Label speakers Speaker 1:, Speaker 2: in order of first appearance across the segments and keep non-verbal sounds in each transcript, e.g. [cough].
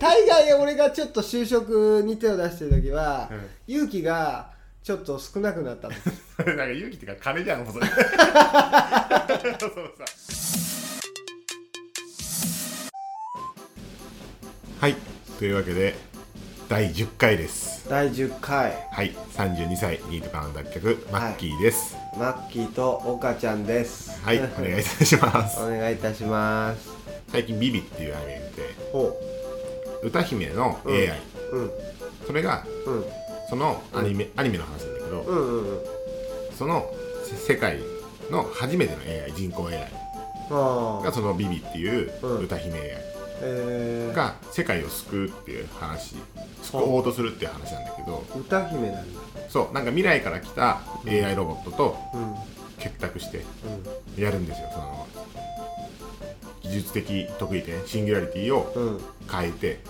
Speaker 1: 大概俺がちょっと就職に手を出してる時は、
Speaker 2: うん
Speaker 1: 勇気がちょっと少なくなったの
Speaker 2: [laughs] なんか勇気っていうか金じゃんもうそれ [laughs] そうさはいというわけで第10回です
Speaker 1: 第10回
Speaker 2: はい32歳ニートからの脱却マッキーです
Speaker 1: マッキーと岡ちゃんです
Speaker 2: はい、お願いいたします
Speaker 1: お願いいたします
Speaker 2: 最近ビビっていうアニメ見て
Speaker 1: ほ
Speaker 2: 歌姫の AI、
Speaker 1: ううん
Speaker 2: それが
Speaker 1: うん
Speaker 2: そのアニメ、アニメの話なんだけど、
Speaker 1: うんうんうん
Speaker 2: そのせ世界の初めての AI 人工 AI
Speaker 1: あ
Speaker 2: が
Speaker 1: あ
Speaker 2: そのビビっていう
Speaker 1: うん
Speaker 2: 歌姫 AI、
Speaker 1: えー、
Speaker 2: が世界を救うっていう話救おうとするっていう話なんだけど
Speaker 1: 歌姫なんだ
Speaker 2: そうなんか未来から来た AI ロボットと
Speaker 1: うん
Speaker 2: 結託して
Speaker 1: うん
Speaker 2: やるんですよその技術的得意点シンギュラリティを
Speaker 1: うん
Speaker 2: 変えて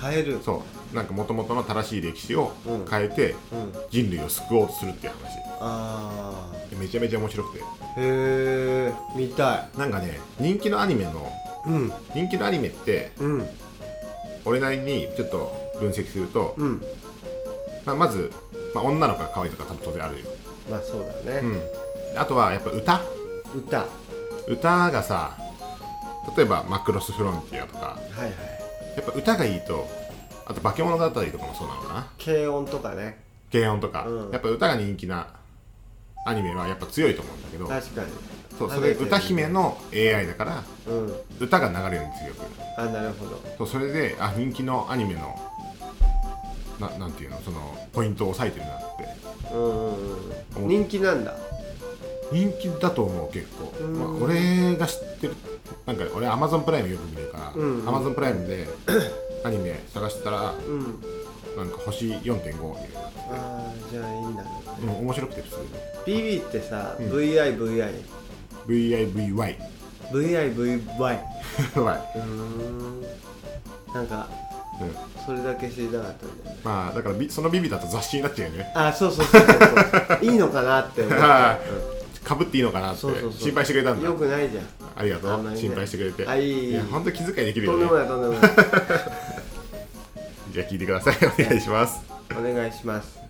Speaker 1: 変える
Speaker 2: そうなんか元々の正しい歴史を
Speaker 1: うん
Speaker 2: 変えて
Speaker 1: うん
Speaker 2: 人類を救おうとするっていう話
Speaker 1: あ
Speaker 2: でめちゃめちゃ面白くて
Speaker 1: あへえ見た
Speaker 2: なんかね人気のアニメの
Speaker 1: いうん
Speaker 2: 人気のアニメって
Speaker 1: うん
Speaker 2: 俺なりにちょっと分析すると、
Speaker 1: うん
Speaker 2: まあ、まず、まあ、女の子が可愛いとか多分当然あるよ
Speaker 1: まあそうだ
Speaker 2: う
Speaker 1: ね、
Speaker 2: ん、あとはやっぱ歌
Speaker 1: 歌は
Speaker 2: 歌がさ例えば「マクロスフロンティア」とか
Speaker 1: いはい
Speaker 2: やっぱ歌がいいとあと「化け物語」とかもそうなのかな
Speaker 1: 軽音とかね
Speaker 2: 軽音とか、
Speaker 1: うん
Speaker 2: やっぱ歌が人気なアニメはやっぱ強いと思うんだけど
Speaker 1: 確かに
Speaker 2: そうそれ歌姫の AI だから
Speaker 1: うん
Speaker 2: 歌が流れるんですよく
Speaker 1: あなるほど
Speaker 2: そうそれであ人気のアニメのななんていうのそのポイントを押さえてるなって
Speaker 1: うんうんうん人気なんだ
Speaker 2: 人気だと思う結構、
Speaker 1: うん
Speaker 2: まあ、俺が知ってるなんか俺 Amazon プライムよく見るか
Speaker 1: う
Speaker 2: ら、
Speaker 1: んうん
Speaker 2: Amazon プライムで [coughs] アニメ探してたら
Speaker 1: うん
Speaker 2: なんか星4.5っていうのが
Speaker 1: ああじゃあいいんだろ
Speaker 2: あっ
Speaker 1: う
Speaker 2: て、うん、面白くて普通
Speaker 1: ビビってさ
Speaker 2: うん
Speaker 1: VIVIVIVY
Speaker 2: に [laughs] VIVY
Speaker 1: うーんなんか
Speaker 2: うん
Speaker 1: それだけ知りたかったんだよね
Speaker 2: まあだからビそのビビだと雑誌になっちゃうよね
Speaker 1: あそうそうそうそうそう [laughs] いいのかなって
Speaker 2: [laughs]
Speaker 1: 思った
Speaker 2: あかぶっていいのかなって
Speaker 1: そうそうそう
Speaker 2: 心配してくれたんだ
Speaker 1: よくないじゃん
Speaker 2: ありがと
Speaker 1: あん
Speaker 2: う、
Speaker 1: まりね
Speaker 2: 心配してくれて
Speaker 1: あいいいい
Speaker 2: や本当気遣いできる
Speaker 1: とんでも
Speaker 2: よね
Speaker 1: ないとんでもない
Speaker 2: じゃあ聞いてくださいお願いします
Speaker 1: お願いし
Speaker 2: [laughs]
Speaker 1: ます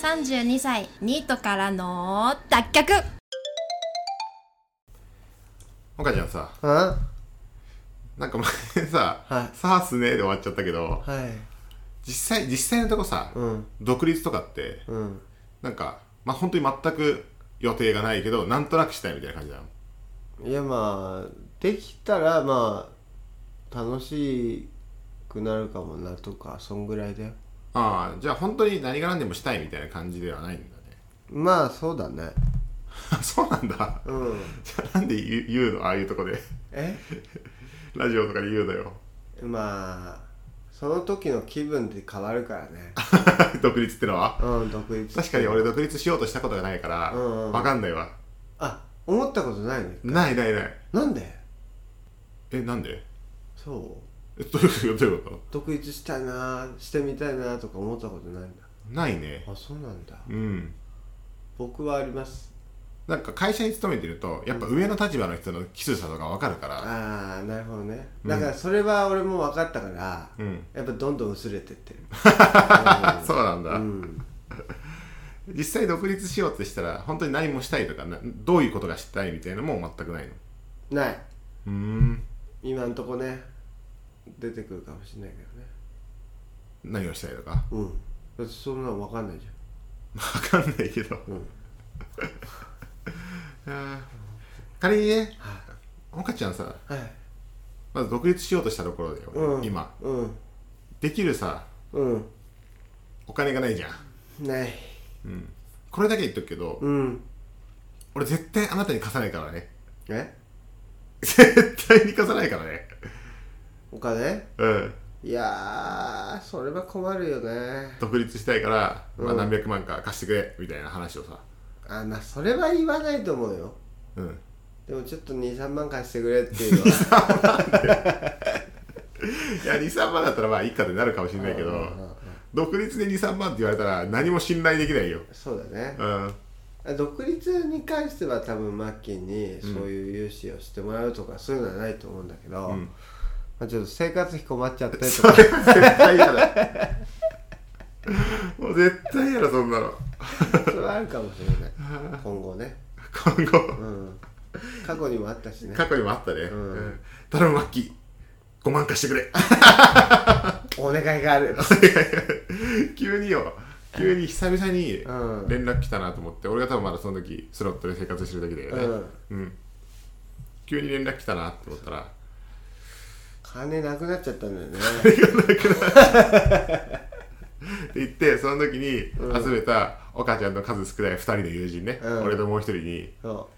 Speaker 3: 32歳ニートからの脱却
Speaker 2: 岡ちゃんさ
Speaker 1: あ
Speaker 2: なんか前さ
Speaker 1: はい
Speaker 2: 「さあっすね」で終わっちゃったけど
Speaker 1: はい
Speaker 2: 実際実際のとこさ、
Speaker 1: うん
Speaker 2: 独立とかって
Speaker 1: うん
Speaker 2: なんかまあ本当に全く予定がないけどなんとなくしたいみたいな感じなの
Speaker 1: いやまあできたらまあ楽しくなるかもなとかそんぐらいだよ
Speaker 2: ああじゃあ本当に何が何でもしたいみたいな感じではないんだね [laughs]
Speaker 1: まあそうだね
Speaker 2: そうなんだ
Speaker 1: うん
Speaker 2: じゃあなんで言う言うのああいうとこで
Speaker 1: え
Speaker 2: ラジオとかで言うのよ [laughs]
Speaker 1: まあその時の気分で変わるからね
Speaker 2: 独立ってのは
Speaker 1: うん独立
Speaker 2: 確かに俺独立しようとしたことがないから、
Speaker 1: うんうん
Speaker 2: わかんないわ
Speaker 1: あ思ったことないの
Speaker 2: ないないない
Speaker 1: なんで
Speaker 2: えなんで
Speaker 1: そう
Speaker 2: えどういうことどういうこ
Speaker 1: 独立したいなしてみたいなとか思ったことないんだ
Speaker 2: とないね
Speaker 1: あそうなんだ
Speaker 2: うん
Speaker 1: 僕はあります
Speaker 2: なんか会社に勤めてるとやっぱ上の立場の人のきつさとかわかるから
Speaker 1: ああなるほどねだからそれは俺も分かったから、
Speaker 2: うん
Speaker 1: やっぱどんどん薄れて
Speaker 2: [laughs]
Speaker 1: ってる
Speaker 2: あ [laughs] そうなんだ、
Speaker 1: うん
Speaker 2: 実際独立しようってしたら本当に何もしたいとかなどういうことがしたいみたいなのも全くないの
Speaker 1: ない
Speaker 2: うん
Speaker 1: 今んとこね出てくるかもしれないけどね
Speaker 2: 何をしたいとか [laughs]
Speaker 1: うんだってそんなの分かんないじ
Speaker 2: わかんないけど、
Speaker 1: ん
Speaker 2: あー仮にねほかちゃんさ
Speaker 1: ゃんはい
Speaker 2: まず独立しようとしたところだよ、
Speaker 1: うん
Speaker 2: 今
Speaker 1: うん
Speaker 2: できるさ
Speaker 1: うん
Speaker 2: お金がないじゃん
Speaker 1: ない
Speaker 2: これだけ言っとくけど、
Speaker 1: うん
Speaker 2: 俺絶対あなたに貸さないからね [laughs]
Speaker 1: え
Speaker 2: 絶対に貸さないからね
Speaker 1: お金
Speaker 2: うん
Speaker 1: いやーそれは困るよね
Speaker 2: 独立したいから、まあ、
Speaker 1: うん
Speaker 2: 何百万か貸してくれみたいな話をさ
Speaker 1: あまあそれは言わないと思うよ
Speaker 2: うん
Speaker 1: でもちょっと23万貸してくれっていうの
Speaker 2: [laughs]
Speaker 1: はい
Speaker 2: や23万だったらまあいいかってなるかもしれないけど独立で23万って言われたら何も信頼できないよ
Speaker 1: [laughs] そうだね
Speaker 2: うん
Speaker 1: 独立に関しては多分マッキーにそういう融資をしてもらうとかそういうのはないと思うんだけど、
Speaker 2: うん
Speaker 1: まあ、ちょっと生活費困っちゃったりと
Speaker 2: それ
Speaker 1: か
Speaker 2: 絶対嫌だもう絶対嫌だそんなの
Speaker 1: それはあるかもしれ [laughs] ない今後ね、
Speaker 2: 今後
Speaker 1: うん、過去にもあったしね
Speaker 2: 過去にもあったね、
Speaker 1: ん
Speaker 2: うん頼むマッキー5万貸してくれ [laughs]
Speaker 1: お願いがある
Speaker 2: 急によ急に久々に
Speaker 1: うん
Speaker 2: 連絡来たなと思って俺が多分まだその時スロットで生活してる時だよね
Speaker 1: うん
Speaker 2: うん急に連絡来たなって思ったら
Speaker 1: 金なくなっちゃったんだ [laughs] よね
Speaker 2: って言ってその時に集めたお母ちゃんの数少ない2人の友人ね、
Speaker 1: うん
Speaker 2: 俺ともう一人に
Speaker 1: そ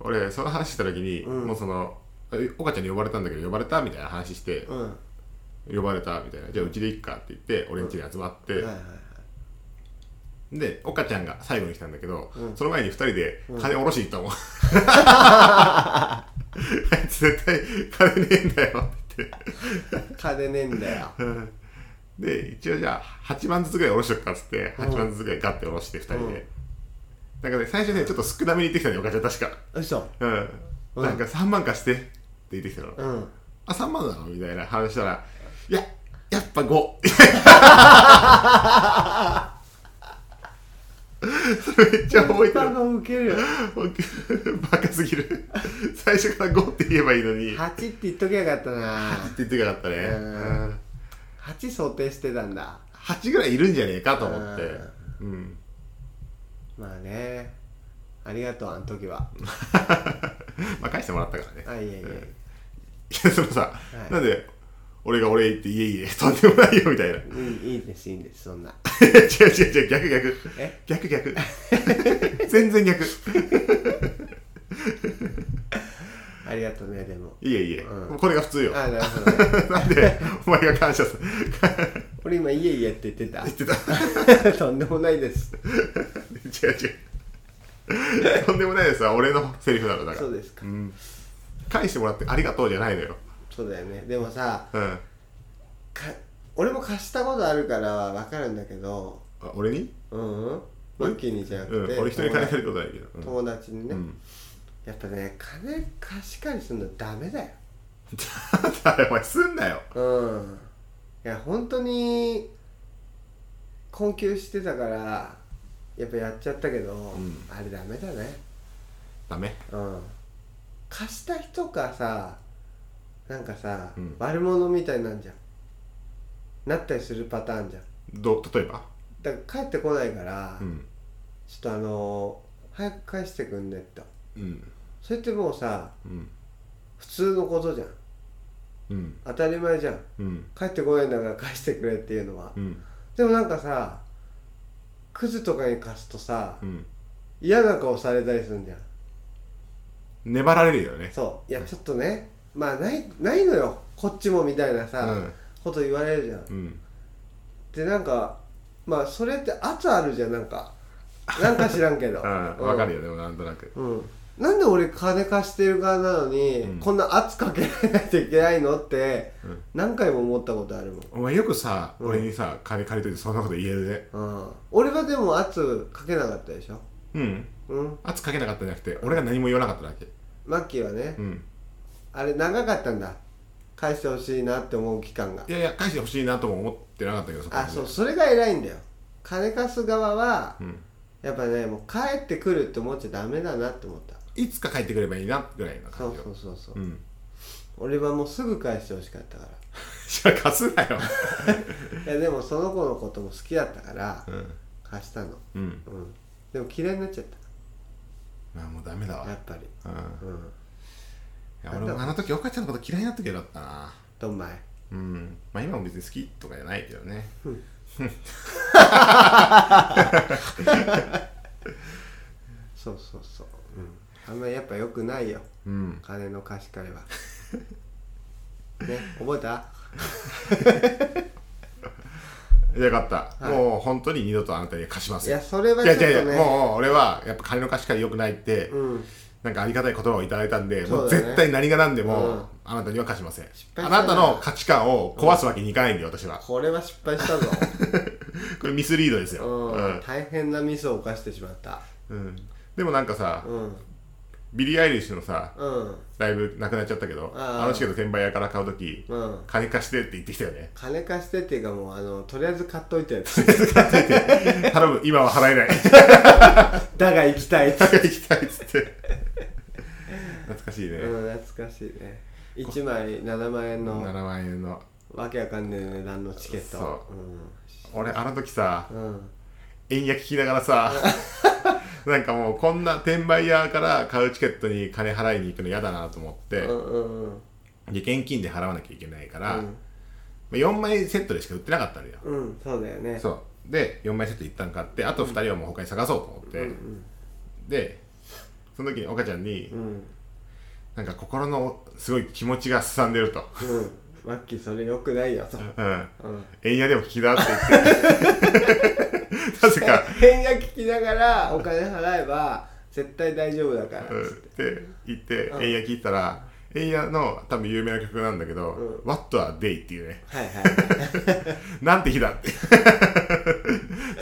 Speaker 2: 俺その話した時に、
Speaker 1: ん
Speaker 2: もうそのえお母ちゃんに呼ばれたんだけど呼ばれたみたいな話して
Speaker 1: う、うん、は
Speaker 2: 呼ばれたみたいなじゃあうちで行くかって言って俺ん家に集まって、
Speaker 1: いはいはい
Speaker 2: でお母ちゃんが最後に来たんだけど、
Speaker 1: うん
Speaker 2: その前に2人で金下ろしに行っ
Speaker 1: [laughs]
Speaker 2: たもん、あいつ絶対金ねえんだよって言って
Speaker 1: 金ねえんだよ
Speaker 2: で一応じゃあ8万ずつぐらい下ろしとくかっつって8万ずつぐらいガッて下ろして2人で、なんかね最初ねちょっと少なめに言ってきたのよお母ちゃん確か
Speaker 1: 嘘
Speaker 2: うん、
Speaker 1: うん
Speaker 2: なんか3万貸してって言ってきたの、
Speaker 1: うん
Speaker 2: あ3万なのみたいな話したらいややっぱ5それめっちゃ覚えて
Speaker 1: パがウケ [laughs] る
Speaker 2: るバカすぎる最初から5って言えばいいのに
Speaker 1: 8って言っときゃよかったな
Speaker 2: って言ってなかったね、
Speaker 1: うん
Speaker 2: うん
Speaker 1: 8想定してたんだ
Speaker 2: 8ぐらいいるんじゃねえかと思ってうん
Speaker 1: まあねありがとうあの時は
Speaker 2: まあ返してもらったからね
Speaker 1: あいえいえ
Speaker 2: いやそのさ、
Speaker 1: い
Speaker 2: なんで俺が俺言っていえいえとんでもないよみたいな [laughs]
Speaker 1: いいいいですいいんですそんな
Speaker 2: 違う違う違う逆逆
Speaker 1: え
Speaker 2: 逆逆 [laughs] 全然逆
Speaker 1: ありがとうねでも
Speaker 2: いえいえ、
Speaker 1: うん
Speaker 2: これが普通よ
Speaker 1: あなるほどね
Speaker 2: [laughs] なんでお前が感謝する [laughs]
Speaker 1: 俺今いえいえって言ってた
Speaker 2: 言って
Speaker 1: [laughs]
Speaker 2: た
Speaker 1: とんでもないです
Speaker 2: 違う違うとんでもないですわ俺のセリフなのだから
Speaker 1: そうですか
Speaker 2: ん返してもらってありがとうじゃないのよ
Speaker 1: そうだよねでもさ
Speaker 2: うん
Speaker 1: か俺も貸したことあるから分かるんだけど
Speaker 2: あ俺に
Speaker 1: うんうんマッキーにじゃな
Speaker 2: う
Speaker 1: くて、
Speaker 2: ん俺人に金借りたことないけど、うん
Speaker 1: 友達にね、
Speaker 2: うん [laughs]
Speaker 1: やっぱね金貸し借りするのダメだよ
Speaker 2: だからお前すんなよ
Speaker 1: うんいや本当に困窮してたからやっぱやっちゃったけど、
Speaker 2: ん
Speaker 1: あれダメだね
Speaker 2: ダメ
Speaker 1: うん貸した人かさなんかさ、
Speaker 2: うん
Speaker 1: 悪者みたいなんじゃんなったりするパターンじゃん
Speaker 2: ど例えば
Speaker 1: だから帰ってこないから、
Speaker 2: うん
Speaker 1: ちょっとあのー早く返してくんねって
Speaker 2: うん
Speaker 1: それってもうさ
Speaker 2: うん
Speaker 1: 普通のことじゃん
Speaker 2: うん
Speaker 1: 当たり前じゃん
Speaker 2: うん
Speaker 1: 帰ってこないんだから返してくれっていうのは
Speaker 2: うん
Speaker 1: でもなんかさクズとかに貸すとさ
Speaker 2: うん
Speaker 1: 嫌な顔されたりするんじゃん
Speaker 2: 粘られるよね
Speaker 1: そういやちょっとねまあないないのよこっちもみたいなさ、
Speaker 2: うん
Speaker 1: こと言われるじゃん
Speaker 2: うん
Speaker 1: でなんかまあそれって圧あるじゃんなん
Speaker 2: [laughs]
Speaker 1: かなんか知らんけど
Speaker 2: ああ
Speaker 1: うん
Speaker 2: わかるよでもなんとなく
Speaker 1: うんなんで俺金貸してる側なのに、
Speaker 2: うん
Speaker 1: こんな圧かけないといけないのって
Speaker 2: うん
Speaker 1: 何回も思ったことあるもん
Speaker 2: お前よくさ
Speaker 1: うん
Speaker 2: 俺にさ金借りといてそんなこと言えるね
Speaker 1: うん、俺はでも圧かけなかったでしょ
Speaker 2: うん
Speaker 1: うん
Speaker 2: 圧かけなかったんじゃなくて俺が何も言わなかっただけ
Speaker 1: マッキーはね、
Speaker 2: うん
Speaker 1: あれ長かったんだ返してほしいなって思う期間が
Speaker 2: いやいや返してほしいなとも思ってなかったけどそこま
Speaker 1: あ
Speaker 2: で
Speaker 1: そうそれが偉いんだよ金貸す側は
Speaker 2: うん
Speaker 1: やっぱねもう帰ってくるって思っちゃダメだなって思った
Speaker 2: いつか帰ってくればいいなぐらいの
Speaker 1: そ
Speaker 2: 感
Speaker 1: う
Speaker 2: じ
Speaker 1: そう
Speaker 2: よ
Speaker 1: そうそう、
Speaker 2: うん [laughs]
Speaker 1: 俺はもうすぐ返してほしかったか
Speaker 2: じゃあ貸すなよ
Speaker 1: らいやでもその子のことも好きだったから
Speaker 2: うん
Speaker 1: 貸したの
Speaker 2: うん
Speaker 1: うんでも嫌いになっちゃっ
Speaker 2: まあもうダメだ
Speaker 1: た
Speaker 2: わ
Speaker 1: やっぱり
Speaker 2: うん
Speaker 1: うん
Speaker 2: いや俺もあの時お母ちゃんのこと嫌いになったけどだったな
Speaker 1: どんまい
Speaker 2: うんまあ今も別に好きとかじゃないけどね
Speaker 1: うんそうそうそう、うん、あんまりやっぱ良くないよ
Speaker 2: うん
Speaker 1: 金の貸し借
Speaker 2: [laughs]
Speaker 1: りはね覚えた
Speaker 2: よかった、
Speaker 1: はい
Speaker 2: もう本当に二度とあなたには貸しま
Speaker 1: い
Speaker 2: せん
Speaker 1: やそれはいちょ
Speaker 2: や
Speaker 1: っとね
Speaker 2: 違う違うもう俺はやっぱ金の貸し借り良くないって、
Speaker 1: うん
Speaker 2: なんかありがたい言葉をいただいたんで、も
Speaker 1: そううだね
Speaker 2: 絶対何が何でも、
Speaker 1: うん
Speaker 2: あなたには貸しません
Speaker 1: 敗
Speaker 2: あ
Speaker 1: したな
Speaker 2: なたの価値観を壊すわけにいかないんで私は
Speaker 1: これは失敗したぞ、
Speaker 2: これミスリードですよ、
Speaker 1: う
Speaker 2: [laughs] うんん
Speaker 1: 大変なミスを犯してしまった
Speaker 2: うんでもなんかさ、
Speaker 1: うん
Speaker 2: ビリー・アイリッシュのさ
Speaker 1: うん
Speaker 2: ライブなくなっちゃったけど
Speaker 1: あー
Speaker 2: あのチケット転売屋から買う時
Speaker 1: うん
Speaker 2: 金貸してって言ってきたよね
Speaker 1: 金貸してっていうかもうあのとりあえず買っとい
Speaker 2: [laughs]
Speaker 1: たやつ
Speaker 2: 頼む今は払えない [laughs]
Speaker 1: だが行きたいっつっ
Speaker 2: 行きたいっつって懐かしいね、
Speaker 1: てうん懐かしいね1枚7万円の
Speaker 2: 7万円の
Speaker 1: わけわかんない値段のチケット
Speaker 2: そう俺あの時さ
Speaker 1: ん、うん、
Speaker 2: 円安聞きながらさなんかもうこんな転売屋から買うチケットに金払いに行くの嫌だなと思って、
Speaker 1: うんうんうん
Speaker 2: で現金で払わなきゃいけないから、
Speaker 1: うん
Speaker 2: まあ4枚セットでしか売ってなかったのよ、
Speaker 1: うんそうだよね
Speaker 2: そうで4枚セット一旦買ってあと2人はもう他に探そうと思って、
Speaker 1: ん
Speaker 2: でその時に岡ちゃんに、
Speaker 1: うん
Speaker 2: なんか心のすごい気持ちがすさんでると、
Speaker 1: うんマッキーそれよくないよと
Speaker 2: うん、
Speaker 1: うん
Speaker 2: 円屋でも聞きだって言って
Speaker 1: [laughs]
Speaker 2: なぜか、
Speaker 1: 変が聞きながらお金払えば絶対大丈夫だから、
Speaker 2: うん、って言って円屋聞いたら円屋の多分有名な曲なんだけど「
Speaker 1: う
Speaker 2: What a Day」っていうね
Speaker 1: はい [laughs] はい
Speaker 2: なんて日だって。 [laughs]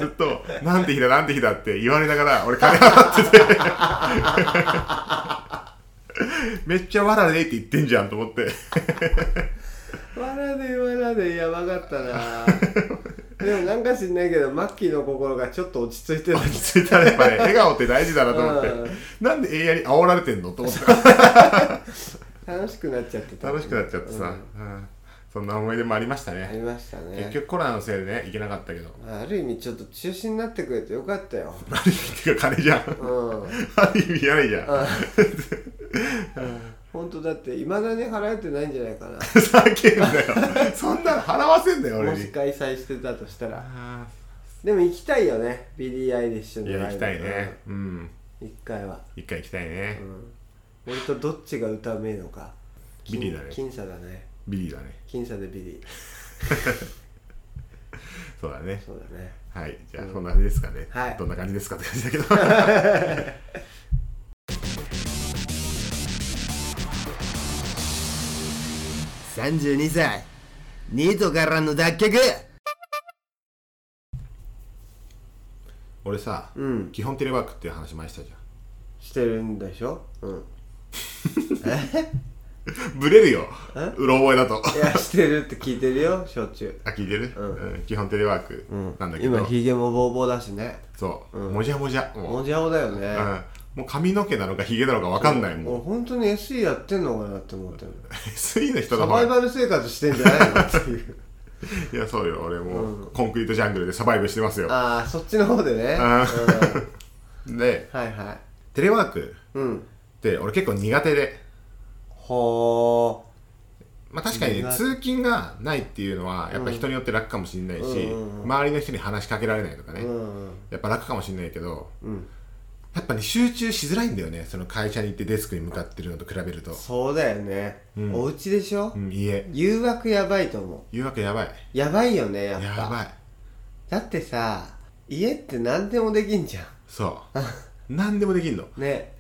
Speaker 2: ずっと、なんて日だ、なんて日だって言われながら、俺金払って [laughs] て。めっちゃわらねえって言ってんじゃんと思って。
Speaker 1: わらでわらでやばかった
Speaker 2: [laughs]
Speaker 1: なでもなんか知んないけどマッキーの心がちょっと落ち着いてる
Speaker 2: 落ち着いたらやっぱ [laughs] ね、笑顔って大事だなと思っ
Speaker 1: うん
Speaker 2: て。なんで永遠に煽られてんのと思 [laughs] って。
Speaker 1: 楽しくなっちゃってた
Speaker 2: 楽しくなっちゃってさ。うんそんな思い出もありました
Speaker 1: あり
Speaker 2: ね。
Speaker 1: ましたね
Speaker 2: 結局コロナのせいでね、行けなかったけど。 [laughs]
Speaker 1: ある意味ちょっと中止になってくれてよかったよ
Speaker 2: ある意味っていうか金じゃん。
Speaker 1: うん
Speaker 2: ある意味やれじゃん。
Speaker 1: 本当だっていまだに払えてないんじゃないかな
Speaker 2: 叫んだよ。そんなの払わせんだよ、俺
Speaker 1: も
Speaker 2: に
Speaker 1: し。開催してたとしたら
Speaker 2: あ
Speaker 1: でも行きたいよねビリー・アイリッシュ
Speaker 2: ー
Speaker 1: の
Speaker 2: いや、行きたい
Speaker 1: ライ
Speaker 2: ね。うん。
Speaker 1: ブ一回は
Speaker 2: 一回行きたいね、
Speaker 1: 俺とどっちが歌うめえのか
Speaker 2: ビリーだね
Speaker 1: 僅差だね
Speaker 2: ビリーだね
Speaker 1: 僅差でビリー
Speaker 2: そうだね
Speaker 1: そうだね
Speaker 2: はいじゃあそんな感じですかね、
Speaker 1: はい
Speaker 2: どんな感じですかって感じだ
Speaker 1: [laughs]
Speaker 2: けど
Speaker 4: 32歳ニートからの脱却
Speaker 2: 俺さ、
Speaker 1: うん
Speaker 2: 基本テレワークっていう話前したじゃ
Speaker 1: してるんでしょうん
Speaker 2: んブレるよ
Speaker 1: え
Speaker 2: うろ覚えだと
Speaker 1: いやしてるって聞いてるよしょっちゅう
Speaker 2: あ聞いてる、
Speaker 1: ん
Speaker 2: うん基本テレワークなんだけど、
Speaker 1: 今ひげもぼうぼうだしね
Speaker 2: そう、
Speaker 1: うん
Speaker 2: もじゃもじゃも
Speaker 1: も
Speaker 2: う
Speaker 1: じゃおだよ
Speaker 2: う
Speaker 1: ね
Speaker 2: ん、もう髪の毛なのかヒゲなのかわかんないも
Speaker 1: 俺
Speaker 2: [laughs] ん
Speaker 1: 本当に SE やってんのかなって思ってる
Speaker 2: SE の人
Speaker 1: サ
Speaker 2: だ
Speaker 1: バイ
Speaker 2: もん
Speaker 1: バル生活してんじゃないのっていう
Speaker 2: [laughs] いやそうよ俺もう、コンクリートジャングルでサバイブしてますよ
Speaker 1: ああそっちの方でね、うん、
Speaker 2: あ
Speaker 1: は
Speaker 2: ーで
Speaker 1: いはい
Speaker 2: テレワーク
Speaker 1: うん
Speaker 2: って俺結構苦手で
Speaker 1: ほ
Speaker 2: まあ、確かに、ね、通勤がないっていうのはやっぱ人によって楽かもしれないし、
Speaker 1: うんうんうん
Speaker 2: 周りの人に話しかけられないとかね、
Speaker 1: ーうん
Speaker 2: やっぱ楽かもしれないけど
Speaker 1: うん
Speaker 2: やっぱね集中しづらいんだよねその会社に行ってデスクに向かってるのと比べると、
Speaker 1: そうだよね、
Speaker 2: うん
Speaker 1: お家でしょ、
Speaker 2: うん、いいえ
Speaker 1: 誘惑やばいと思
Speaker 2: 誘惑やばいう
Speaker 1: やばいよねや
Speaker 2: や
Speaker 1: っぱ
Speaker 2: ばい
Speaker 1: だってさ家って何でもできんじゃ
Speaker 2: そう何でもできんの
Speaker 1: んね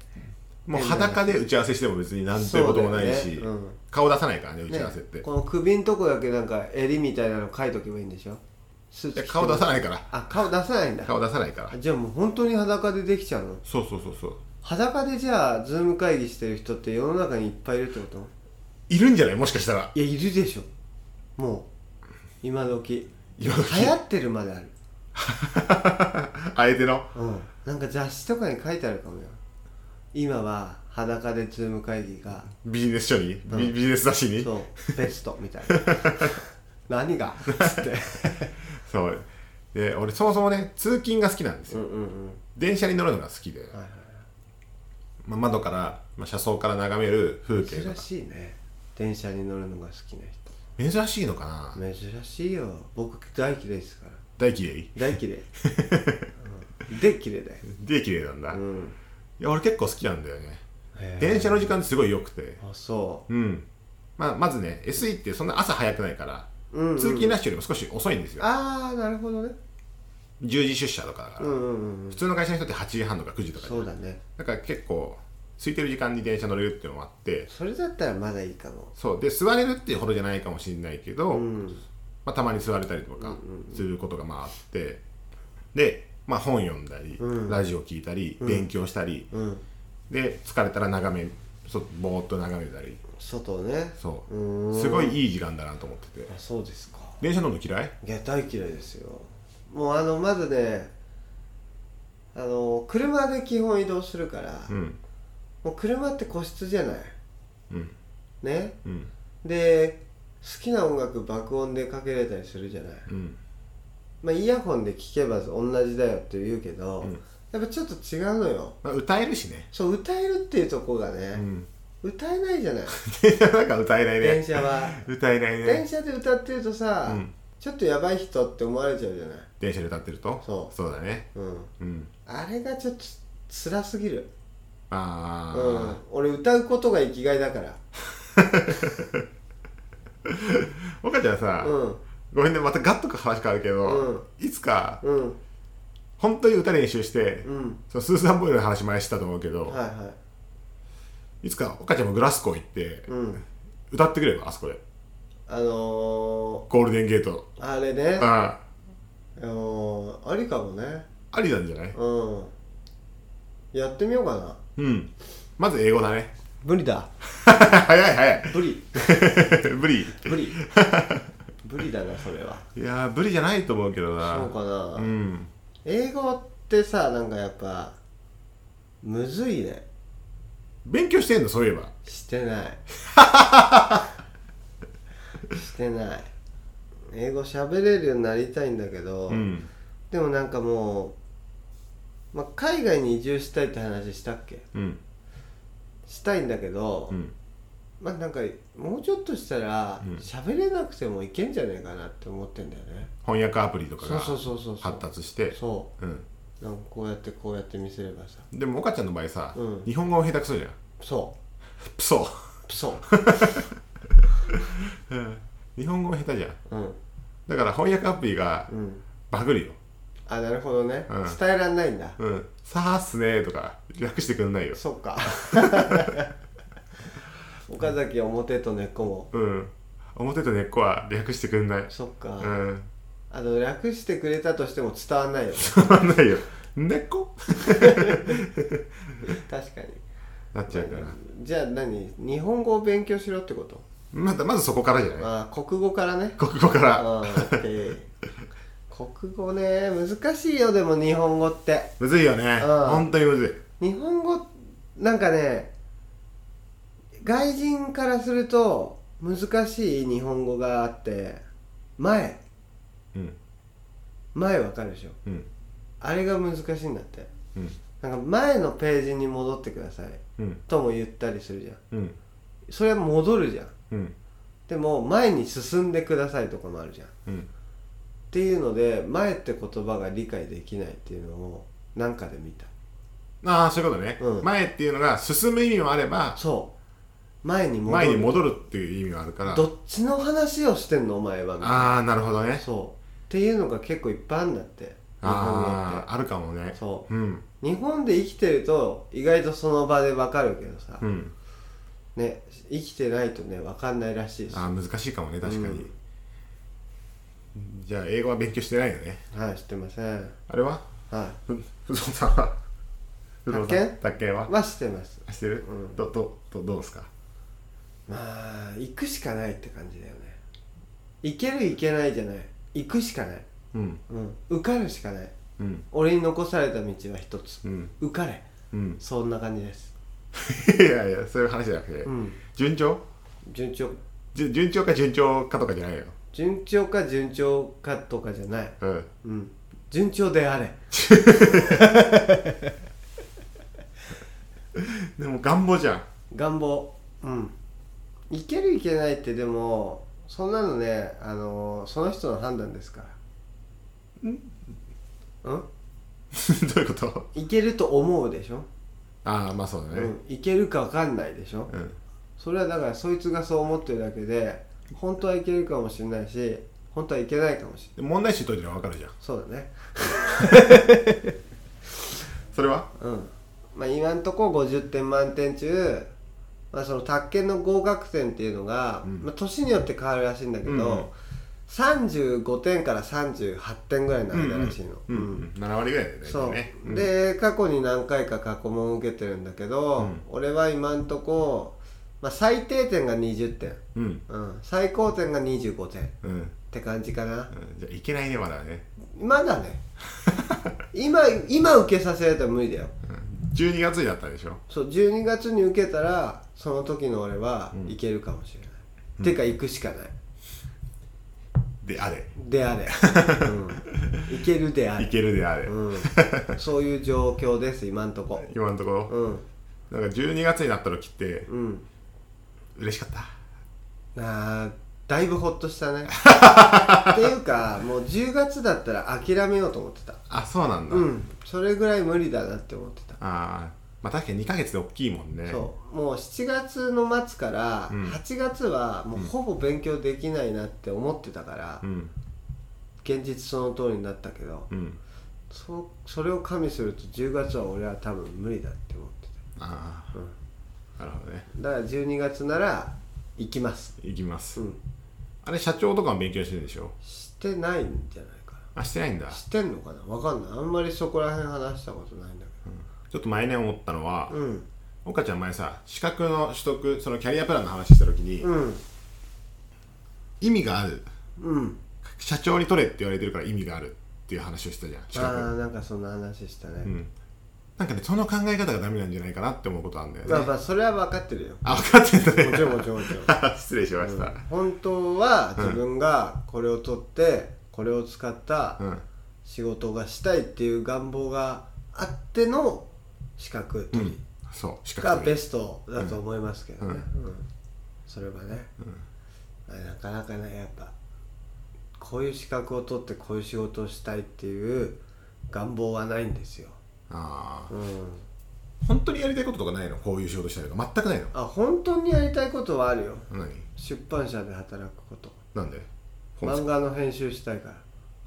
Speaker 2: もう
Speaker 1: [laughs]
Speaker 2: 裸で打ち合わせしても別に何ということもないし、
Speaker 1: そうだよねうん
Speaker 2: 顔出さないからね打ち
Speaker 1: ね
Speaker 2: 合わせって、
Speaker 1: この首んとこだけなんか襟みたいなの書いとけばいいんでしょスー
Speaker 2: い
Speaker 1: ツ
Speaker 2: や
Speaker 1: 着て
Speaker 2: 顔出さないから
Speaker 1: あ顔出さないんだ
Speaker 2: 顔出さないから
Speaker 1: じゃあもう本当に裸でできちゃうの
Speaker 2: そうそうそうそう
Speaker 1: 裸でじゃあズーム会議してる人って世の中にいっぱいいるってこと
Speaker 2: いるんじゃないもしかしたら
Speaker 1: いやいるでしょもう今時
Speaker 2: 今時
Speaker 1: 流行ってるまである
Speaker 2: あえての
Speaker 1: うんなんか雑誌とかに書いてあるかもよ今は裸でズーム会議が
Speaker 2: ビジネス書に、ビ
Speaker 1: うん
Speaker 2: ビジネス雑誌に
Speaker 1: そうベストみたい
Speaker 2: [laughs]
Speaker 1: な何がつって
Speaker 2: そうで俺そもそもね通勤が好きなんです
Speaker 1: う
Speaker 2: よ、
Speaker 1: んうん
Speaker 2: 電車に乗るのが好きで、
Speaker 1: はい
Speaker 2: まあ、窓から、まあ、車窓から眺める
Speaker 1: う
Speaker 2: 風
Speaker 1: ん
Speaker 2: 景
Speaker 1: 珍
Speaker 2: が
Speaker 1: しいね電車に乗るのが好きな人
Speaker 2: 珍しいのかな、
Speaker 1: 珍しいよ僕大嫌いですから
Speaker 2: 大綺麗
Speaker 1: 大嫌い、うん、で嫌いだよ
Speaker 2: で綺麗なんだ、
Speaker 1: う
Speaker 2: い
Speaker 1: ん
Speaker 2: や俺結構好きなんだよね
Speaker 1: へー
Speaker 2: 電車の時間ってすごい良くて
Speaker 1: あそ
Speaker 2: うん、まあ、まずね SE ってそんな朝早くないから、
Speaker 1: う、うんうん、
Speaker 2: 通勤ラッシュよりも少し遅いんですよ
Speaker 1: ああなるほどね
Speaker 2: 10時出社とかだか
Speaker 1: うん
Speaker 2: ら、
Speaker 1: うんうん
Speaker 2: 普通の会社の人って8時半とか9時とか
Speaker 1: そうだね
Speaker 2: だから結構空いてる時間に電車乗れるっていうのもあって
Speaker 1: それだったらまだいいかも
Speaker 2: そうで座れるっていうほどじゃないかもしれないけど、
Speaker 1: うん
Speaker 2: まあ、たまに座れたりとかすることがまああって、で、ままあ、本読んだり、
Speaker 1: うん
Speaker 2: ラジオ聞いたり、勉強したり
Speaker 1: うん
Speaker 2: で疲れたら眺めそぼーっと眺めたり
Speaker 1: 外ね
Speaker 2: そう
Speaker 1: ー
Speaker 2: うんすごいいい時間だなと思ってて
Speaker 1: あそうですか
Speaker 2: 電車乗るの嫌い
Speaker 1: いや大嫌いですよもうあのまずねあの車で基本移動するから、
Speaker 2: うん
Speaker 1: もう車って個室じゃない
Speaker 2: うん
Speaker 1: ね
Speaker 2: うん
Speaker 1: で好きな音楽爆音でかけれたりするじゃない、
Speaker 2: うん
Speaker 1: まあ、イヤホンで聴けば同じだよって言うけど、
Speaker 2: うん
Speaker 1: やっぱちょっと違うのよ
Speaker 2: まあ、歌えるしね
Speaker 1: そう歌えるっていうとこがね
Speaker 2: う、ん [laughs]
Speaker 1: 歌えないじゃない
Speaker 2: 電車なんか歌えないね
Speaker 1: 電車は
Speaker 2: [laughs] 歌えないね
Speaker 1: 電車で歌ってるとさ、
Speaker 2: うん
Speaker 1: ちょっとやばい人って思われちゃうじゃない、
Speaker 2: 電車で歌ってると
Speaker 1: そう
Speaker 2: だね
Speaker 1: うん、
Speaker 2: うん
Speaker 1: あれがちょっと辛すぎる
Speaker 2: あ
Speaker 1: うん
Speaker 2: あ、、
Speaker 1: 俺歌うことが生きがいだから
Speaker 2: 岡ちゃんさ、
Speaker 1: うん
Speaker 2: ごめんねまたガッとか話変わるけど、いつか
Speaker 1: うん
Speaker 2: 本当に歌練習して、
Speaker 1: うん
Speaker 2: そのスーザン・ボイルの話前にしたと思うけど、、
Speaker 1: はいはい
Speaker 2: つか岡ちゃんもグラスコ行って、
Speaker 1: いうん
Speaker 2: 歌ってくれよあそこで
Speaker 1: あの
Speaker 2: ゴールデンゲート
Speaker 1: ー、あれね
Speaker 2: あ
Speaker 1: あのー、ありかもね
Speaker 2: ありなんじゃない
Speaker 1: うんやってみようかな
Speaker 2: うんまず英語だね [laughs]
Speaker 1: 無理だ
Speaker 2: 早い早い [laughs]
Speaker 1: ブリ
Speaker 2: ブリ
Speaker 1: ブ
Speaker 2: [laughs]
Speaker 1: リブリだなそれはい
Speaker 2: やーブリじゃないと思うけどな
Speaker 1: そうかな、
Speaker 2: うん
Speaker 1: 英語ってさなんかやっぱむずいね
Speaker 2: 勉強してんのそういえば
Speaker 1: してない
Speaker 2: [laughs]
Speaker 1: してない英語喋れるようになりたいんだけど、
Speaker 2: うん
Speaker 1: でもなんかもう、まあ、海外に移住したいって話したっけ
Speaker 2: うん
Speaker 1: したいんだけど、
Speaker 2: うん
Speaker 1: まあなんかもうちょっとしたら
Speaker 2: うん
Speaker 1: 喋れなくてもいけんじゃねえかなって思ってんだよね、
Speaker 2: 翻訳アプリとか
Speaker 1: そう
Speaker 2: が
Speaker 1: そうそうそう
Speaker 2: 発達して
Speaker 1: そ
Speaker 2: うん
Speaker 1: うなんかこうやってこうやって見せればさ
Speaker 2: でも岡ちゃんの場合さ、
Speaker 1: うん
Speaker 2: 日本語を下手くそじゃん [laughs]
Speaker 1: そ
Speaker 2: プソ
Speaker 1: うプソ
Speaker 2: 日本語も下手じゃん
Speaker 1: うん
Speaker 2: だから翻訳アプリが
Speaker 1: うん
Speaker 2: バグるよ
Speaker 1: あなるほどね、
Speaker 2: うん
Speaker 1: 伝えらんないんだ
Speaker 2: うんさあっすねーとか略してくんないよ
Speaker 1: そっ
Speaker 2: [laughs]
Speaker 1: か岡崎表と根っこも
Speaker 2: うん表と根っこは略してくんない
Speaker 1: そっか、
Speaker 2: うん
Speaker 1: あの略してくれたとしても伝わんないよね
Speaker 2: たまんないよ根っこ
Speaker 1: 確かに
Speaker 2: なっちゃうから
Speaker 1: じゃあ何日本語を勉強しろってこと、
Speaker 2: まだまずそこからじゃない
Speaker 1: あー国語からね
Speaker 2: 国語か
Speaker 1: あ
Speaker 2: ら
Speaker 1: あー OK 国語ね難しいよでも日本語って
Speaker 2: むずいよね
Speaker 1: うん
Speaker 2: 本当にむず
Speaker 1: 日本語なんかね外人からすると難しい日本語があって前
Speaker 2: いうん
Speaker 1: 前わかるでしょ
Speaker 2: うん
Speaker 1: あれが難しいんだって
Speaker 2: うん
Speaker 1: なんか前のページに戻ってください
Speaker 2: うん
Speaker 1: とも言ったりするじゃん
Speaker 2: うん
Speaker 1: それは戻るじゃん
Speaker 2: うん
Speaker 1: でも前に進んでくださいとかもあるじゃんっ
Speaker 2: うん
Speaker 1: ていうので前って言葉が理解できないっていうのをなんかで見た
Speaker 2: ああそういうことね、
Speaker 1: うん
Speaker 2: 前っていうのが進む意味もあれば
Speaker 1: そう前に戻る
Speaker 2: 前に戻るっていう意味があるから
Speaker 1: どっちの話をしてんのお前はみたいな
Speaker 2: ああなるほどね
Speaker 1: そうっていうのが結構いっぱいあるんだって日本語っ
Speaker 2: あああるかもね
Speaker 1: てそう
Speaker 2: うん
Speaker 1: う日本で生きてると意外とその場でわかるけどさ、
Speaker 2: うん
Speaker 1: ね生きてないとねわかんないらしいし
Speaker 2: ああ難しいかもね確かに、
Speaker 1: う
Speaker 2: じゃあ英語は勉強してないよね
Speaker 1: はい、知ってません。
Speaker 2: あれは
Speaker 1: は
Speaker 2: ふ不動産は不動
Speaker 1: [laughs]
Speaker 2: 産
Speaker 1: 宅建。
Speaker 2: 宅建はい
Speaker 1: は知ってます。
Speaker 2: してる、
Speaker 1: うん
Speaker 2: どどどどうですか
Speaker 1: まあ、行くしかないって感じだよね。行ける行けないじゃない。行くしかない。
Speaker 2: うん
Speaker 1: うん。受かるしかない。
Speaker 2: うん
Speaker 1: 俺に残された道は一つ。
Speaker 2: うん
Speaker 1: 受かれ。
Speaker 2: うん
Speaker 1: そんな感じです。
Speaker 2: [laughs] いやいやそういう話じゃなくて、
Speaker 1: うん。
Speaker 2: 順調
Speaker 1: 順調。
Speaker 2: じゅ順調か順調かとかじゃないよ
Speaker 1: 順調か順調かとかじゃない。
Speaker 2: うん
Speaker 1: うん。順調であれ。
Speaker 2: でも願望じゃん [laughs]
Speaker 1: 願望。うん。行ける行けないってでも、そんなのね、あのその人の判断ですから。んん
Speaker 2: どういうこと
Speaker 1: いけると思うでしょ、
Speaker 2: ああまあそうだね
Speaker 1: うん、いけるか分かんないでしょ、
Speaker 2: うん、
Speaker 1: それはだからそいつがそう思ってるだけで本当はいけるかもしれないし本当はいけないかもしれない
Speaker 2: で問題集解いてるの分かるじゃん
Speaker 1: そうだね
Speaker 2: それは
Speaker 1: うんまあ今んとこ50点満点中、まあ、その宅建の合格点っていうのが、
Speaker 2: うん
Speaker 1: まあ、年によって変わるらしいんだけど、
Speaker 2: うんうん
Speaker 1: 35点から38点ぐらいの間らしいの。
Speaker 2: うんうん、7割ぐらいだよね
Speaker 1: そう、
Speaker 2: ね、うん、
Speaker 1: で過去に何回か過去問受けてるんだけど、
Speaker 2: うん
Speaker 1: 俺は今んとこ、まあ、最低点が20点、
Speaker 2: うん
Speaker 1: うん、最高点が25点っ
Speaker 2: うんうん
Speaker 1: て感じかな
Speaker 2: じゃあいけないねまだね
Speaker 1: 今だね今今受けさせられたら無理だよ
Speaker 2: 12月になったでしょ
Speaker 1: そう12月に受けたらその時の俺は
Speaker 2: うん
Speaker 1: いけるかもしれない、ていうか行くしかない
Speaker 2: であれ
Speaker 1: であれ、
Speaker 2: [laughs]
Speaker 1: うん、いけるであ
Speaker 2: い
Speaker 1: れ、
Speaker 2: けるであれ、
Speaker 1: うん、そういう状況です今んとこ
Speaker 2: 今のところ、
Speaker 1: うん
Speaker 2: なんか12月になった時って
Speaker 1: うん
Speaker 2: 嬉しかった
Speaker 1: あーだいぶほっとした
Speaker 2: [laughs]
Speaker 1: ねっていうかもう10月だったら諦めようと思ってた
Speaker 2: あそうなんだ、
Speaker 1: うんそれぐらい無理だなって思ってた、
Speaker 2: ああまあ確かに2ヶ月で大きいもんね
Speaker 1: そうもう7月の末から
Speaker 2: うん
Speaker 1: 8月はもうほぼ勉強できないなって思ってたから、
Speaker 2: うん
Speaker 1: 現実その通りになったけど
Speaker 2: うん
Speaker 1: そそれを加味すると10月は俺は多分無理だって思って
Speaker 2: ああ、
Speaker 1: うん
Speaker 2: なるほどね
Speaker 1: ただから12月なら行きます
Speaker 2: いきます、
Speaker 1: うん
Speaker 2: あれ社長とかも勉強してるでしょ
Speaker 1: してないんじゃないか
Speaker 2: あしてないんだ
Speaker 1: なしてんのかなわかんないあんまりそこら辺話したことないんだ
Speaker 2: ちょっと前ね思ったのは
Speaker 1: けどうん
Speaker 2: 岡、ちゃん前さ資格の取得そのキャリアプランの話した時に、
Speaker 1: うん
Speaker 2: 意味がある
Speaker 1: うん
Speaker 2: 社長に取れって言われてるから意味があるっていう話をしたじゃん資
Speaker 1: ああ
Speaker 2: 格
Speaker 1: なんかそんな話したね、
Speaker 2: うんなんかねその考え方がダメなんじゃないかなって思うことあるんだよね、
Speaker 1: まあまあそれは分かってる
Speaker 2: [laughs]
Speaker 1: よ
Speaker 2: あ分かってんだね
Speaker 1: もちろんもちろんもちろん
Speaker 2: 失礼しました、
Speaker 1: 本当は自分がこれを取ってこれを使った
Speaker 2: うん
Speaker 1: 仕事がしたいっていう願望があっての資格取り
Speaker 2: そう資
Speaker 1: が
Speaker 2: 格
Speaker 1: ベ
Speaker 2: 取り
Speaker 1: ストだと思いますけどね、うんそれはね、あれなかなかねやっぱこういう資格を取ってこういう仕事をしたいっていう願望はないんですよ、
Speaker 2: ああ
Speaker 1: うん、
Speaker 2: 本当にやりたいこととかないのこういう仕事したりとか全くないの
Speaker 1: あ本当にやりたいことはあるよ
Speaker 2: 何
Speaker 1: 出版社で働くこと
Speaker 2: なんで本
Speaker 1: 漫画の編集したいから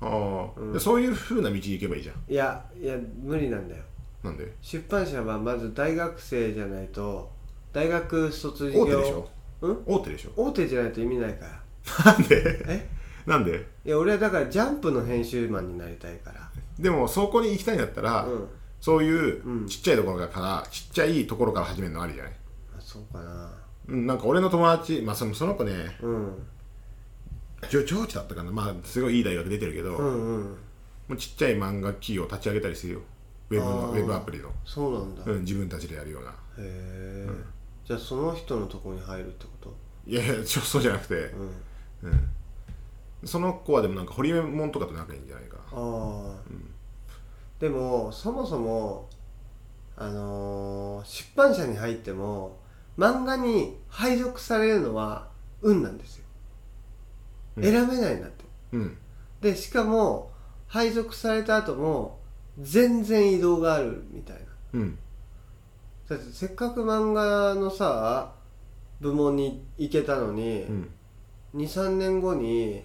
Speaker 2: ああ、
Speaker 1: うん
Speaker 2: でそういうふうな道に行けばいいじゃん
Speaker 1: いやいや無理なんだよ
Speaker 2: なんで
Speaker 1: 出版社はまず大学生じゃないと大学卒業
Speaker 2: 大手でしょ
Speaker 1: うん
Speaker 2: 大手
Speaker 1: [laughs]
Speaker 2: でしょ
Speaker 1: 大手じゃないと意味ないから
Speaker 2: なんで
Speaker 1: え
Speaker 2: なんで
Speaker 1: いや俺はだからジャンプの編集マンになりたいか
Speaker 2: でもそこに行きたいんだったら、
Speaker 1: らうん
Speaker 2: そう
Speaker 1: う
Speaker 2: い
Speaker 1: ん
Speaker 2: うちっちゃいところからちっちゃいところから始めるのありじゃない、
Speaker 1: あそうかな
Speaker 2: うん、なんか俺の友達、まあ、そのその子ね
Speaker 1: うん
Speaker 2: 上長期だったかな、まあ、すごいいい大学出てるけど、
Speaker 1: う
Speaker 2: も
Speaker 1: んうん
Speaker 2: うちっちゃい漫画企業立ち上げたりするよウェブの
Speaker 1: あー
Speaker 2: ウェブアプリの、
Speaker 1: そうなんだ、
Speaker 2: う
Speaker 1: へ
Speaker 2: ん、自分たちでやるような
Speaker 1: え、じゃあその人のとこに入るってこ
Speaker 2: いやいやちょそうじゃなくて
Speaker 1: と、うん
Speaker 2: うん、その子はでもなんか堀江門とかと仲いいんじゃないかな
Speaker 1: ああ、でもそもそもあのー出版社に入っても漫画に配属されるのは運なんですよ、
Speaker 2: うん
Speaker 1: 選べないなって
Speaker 2: うん
Speaker 1: でしかも配属された後も全然移動があるみたいな
Speaker 2: うん
Speaker 1: だってせっかく漫画のさ部門に行けたのに、
Speaker 2: うん
Speaker 1: 23年後に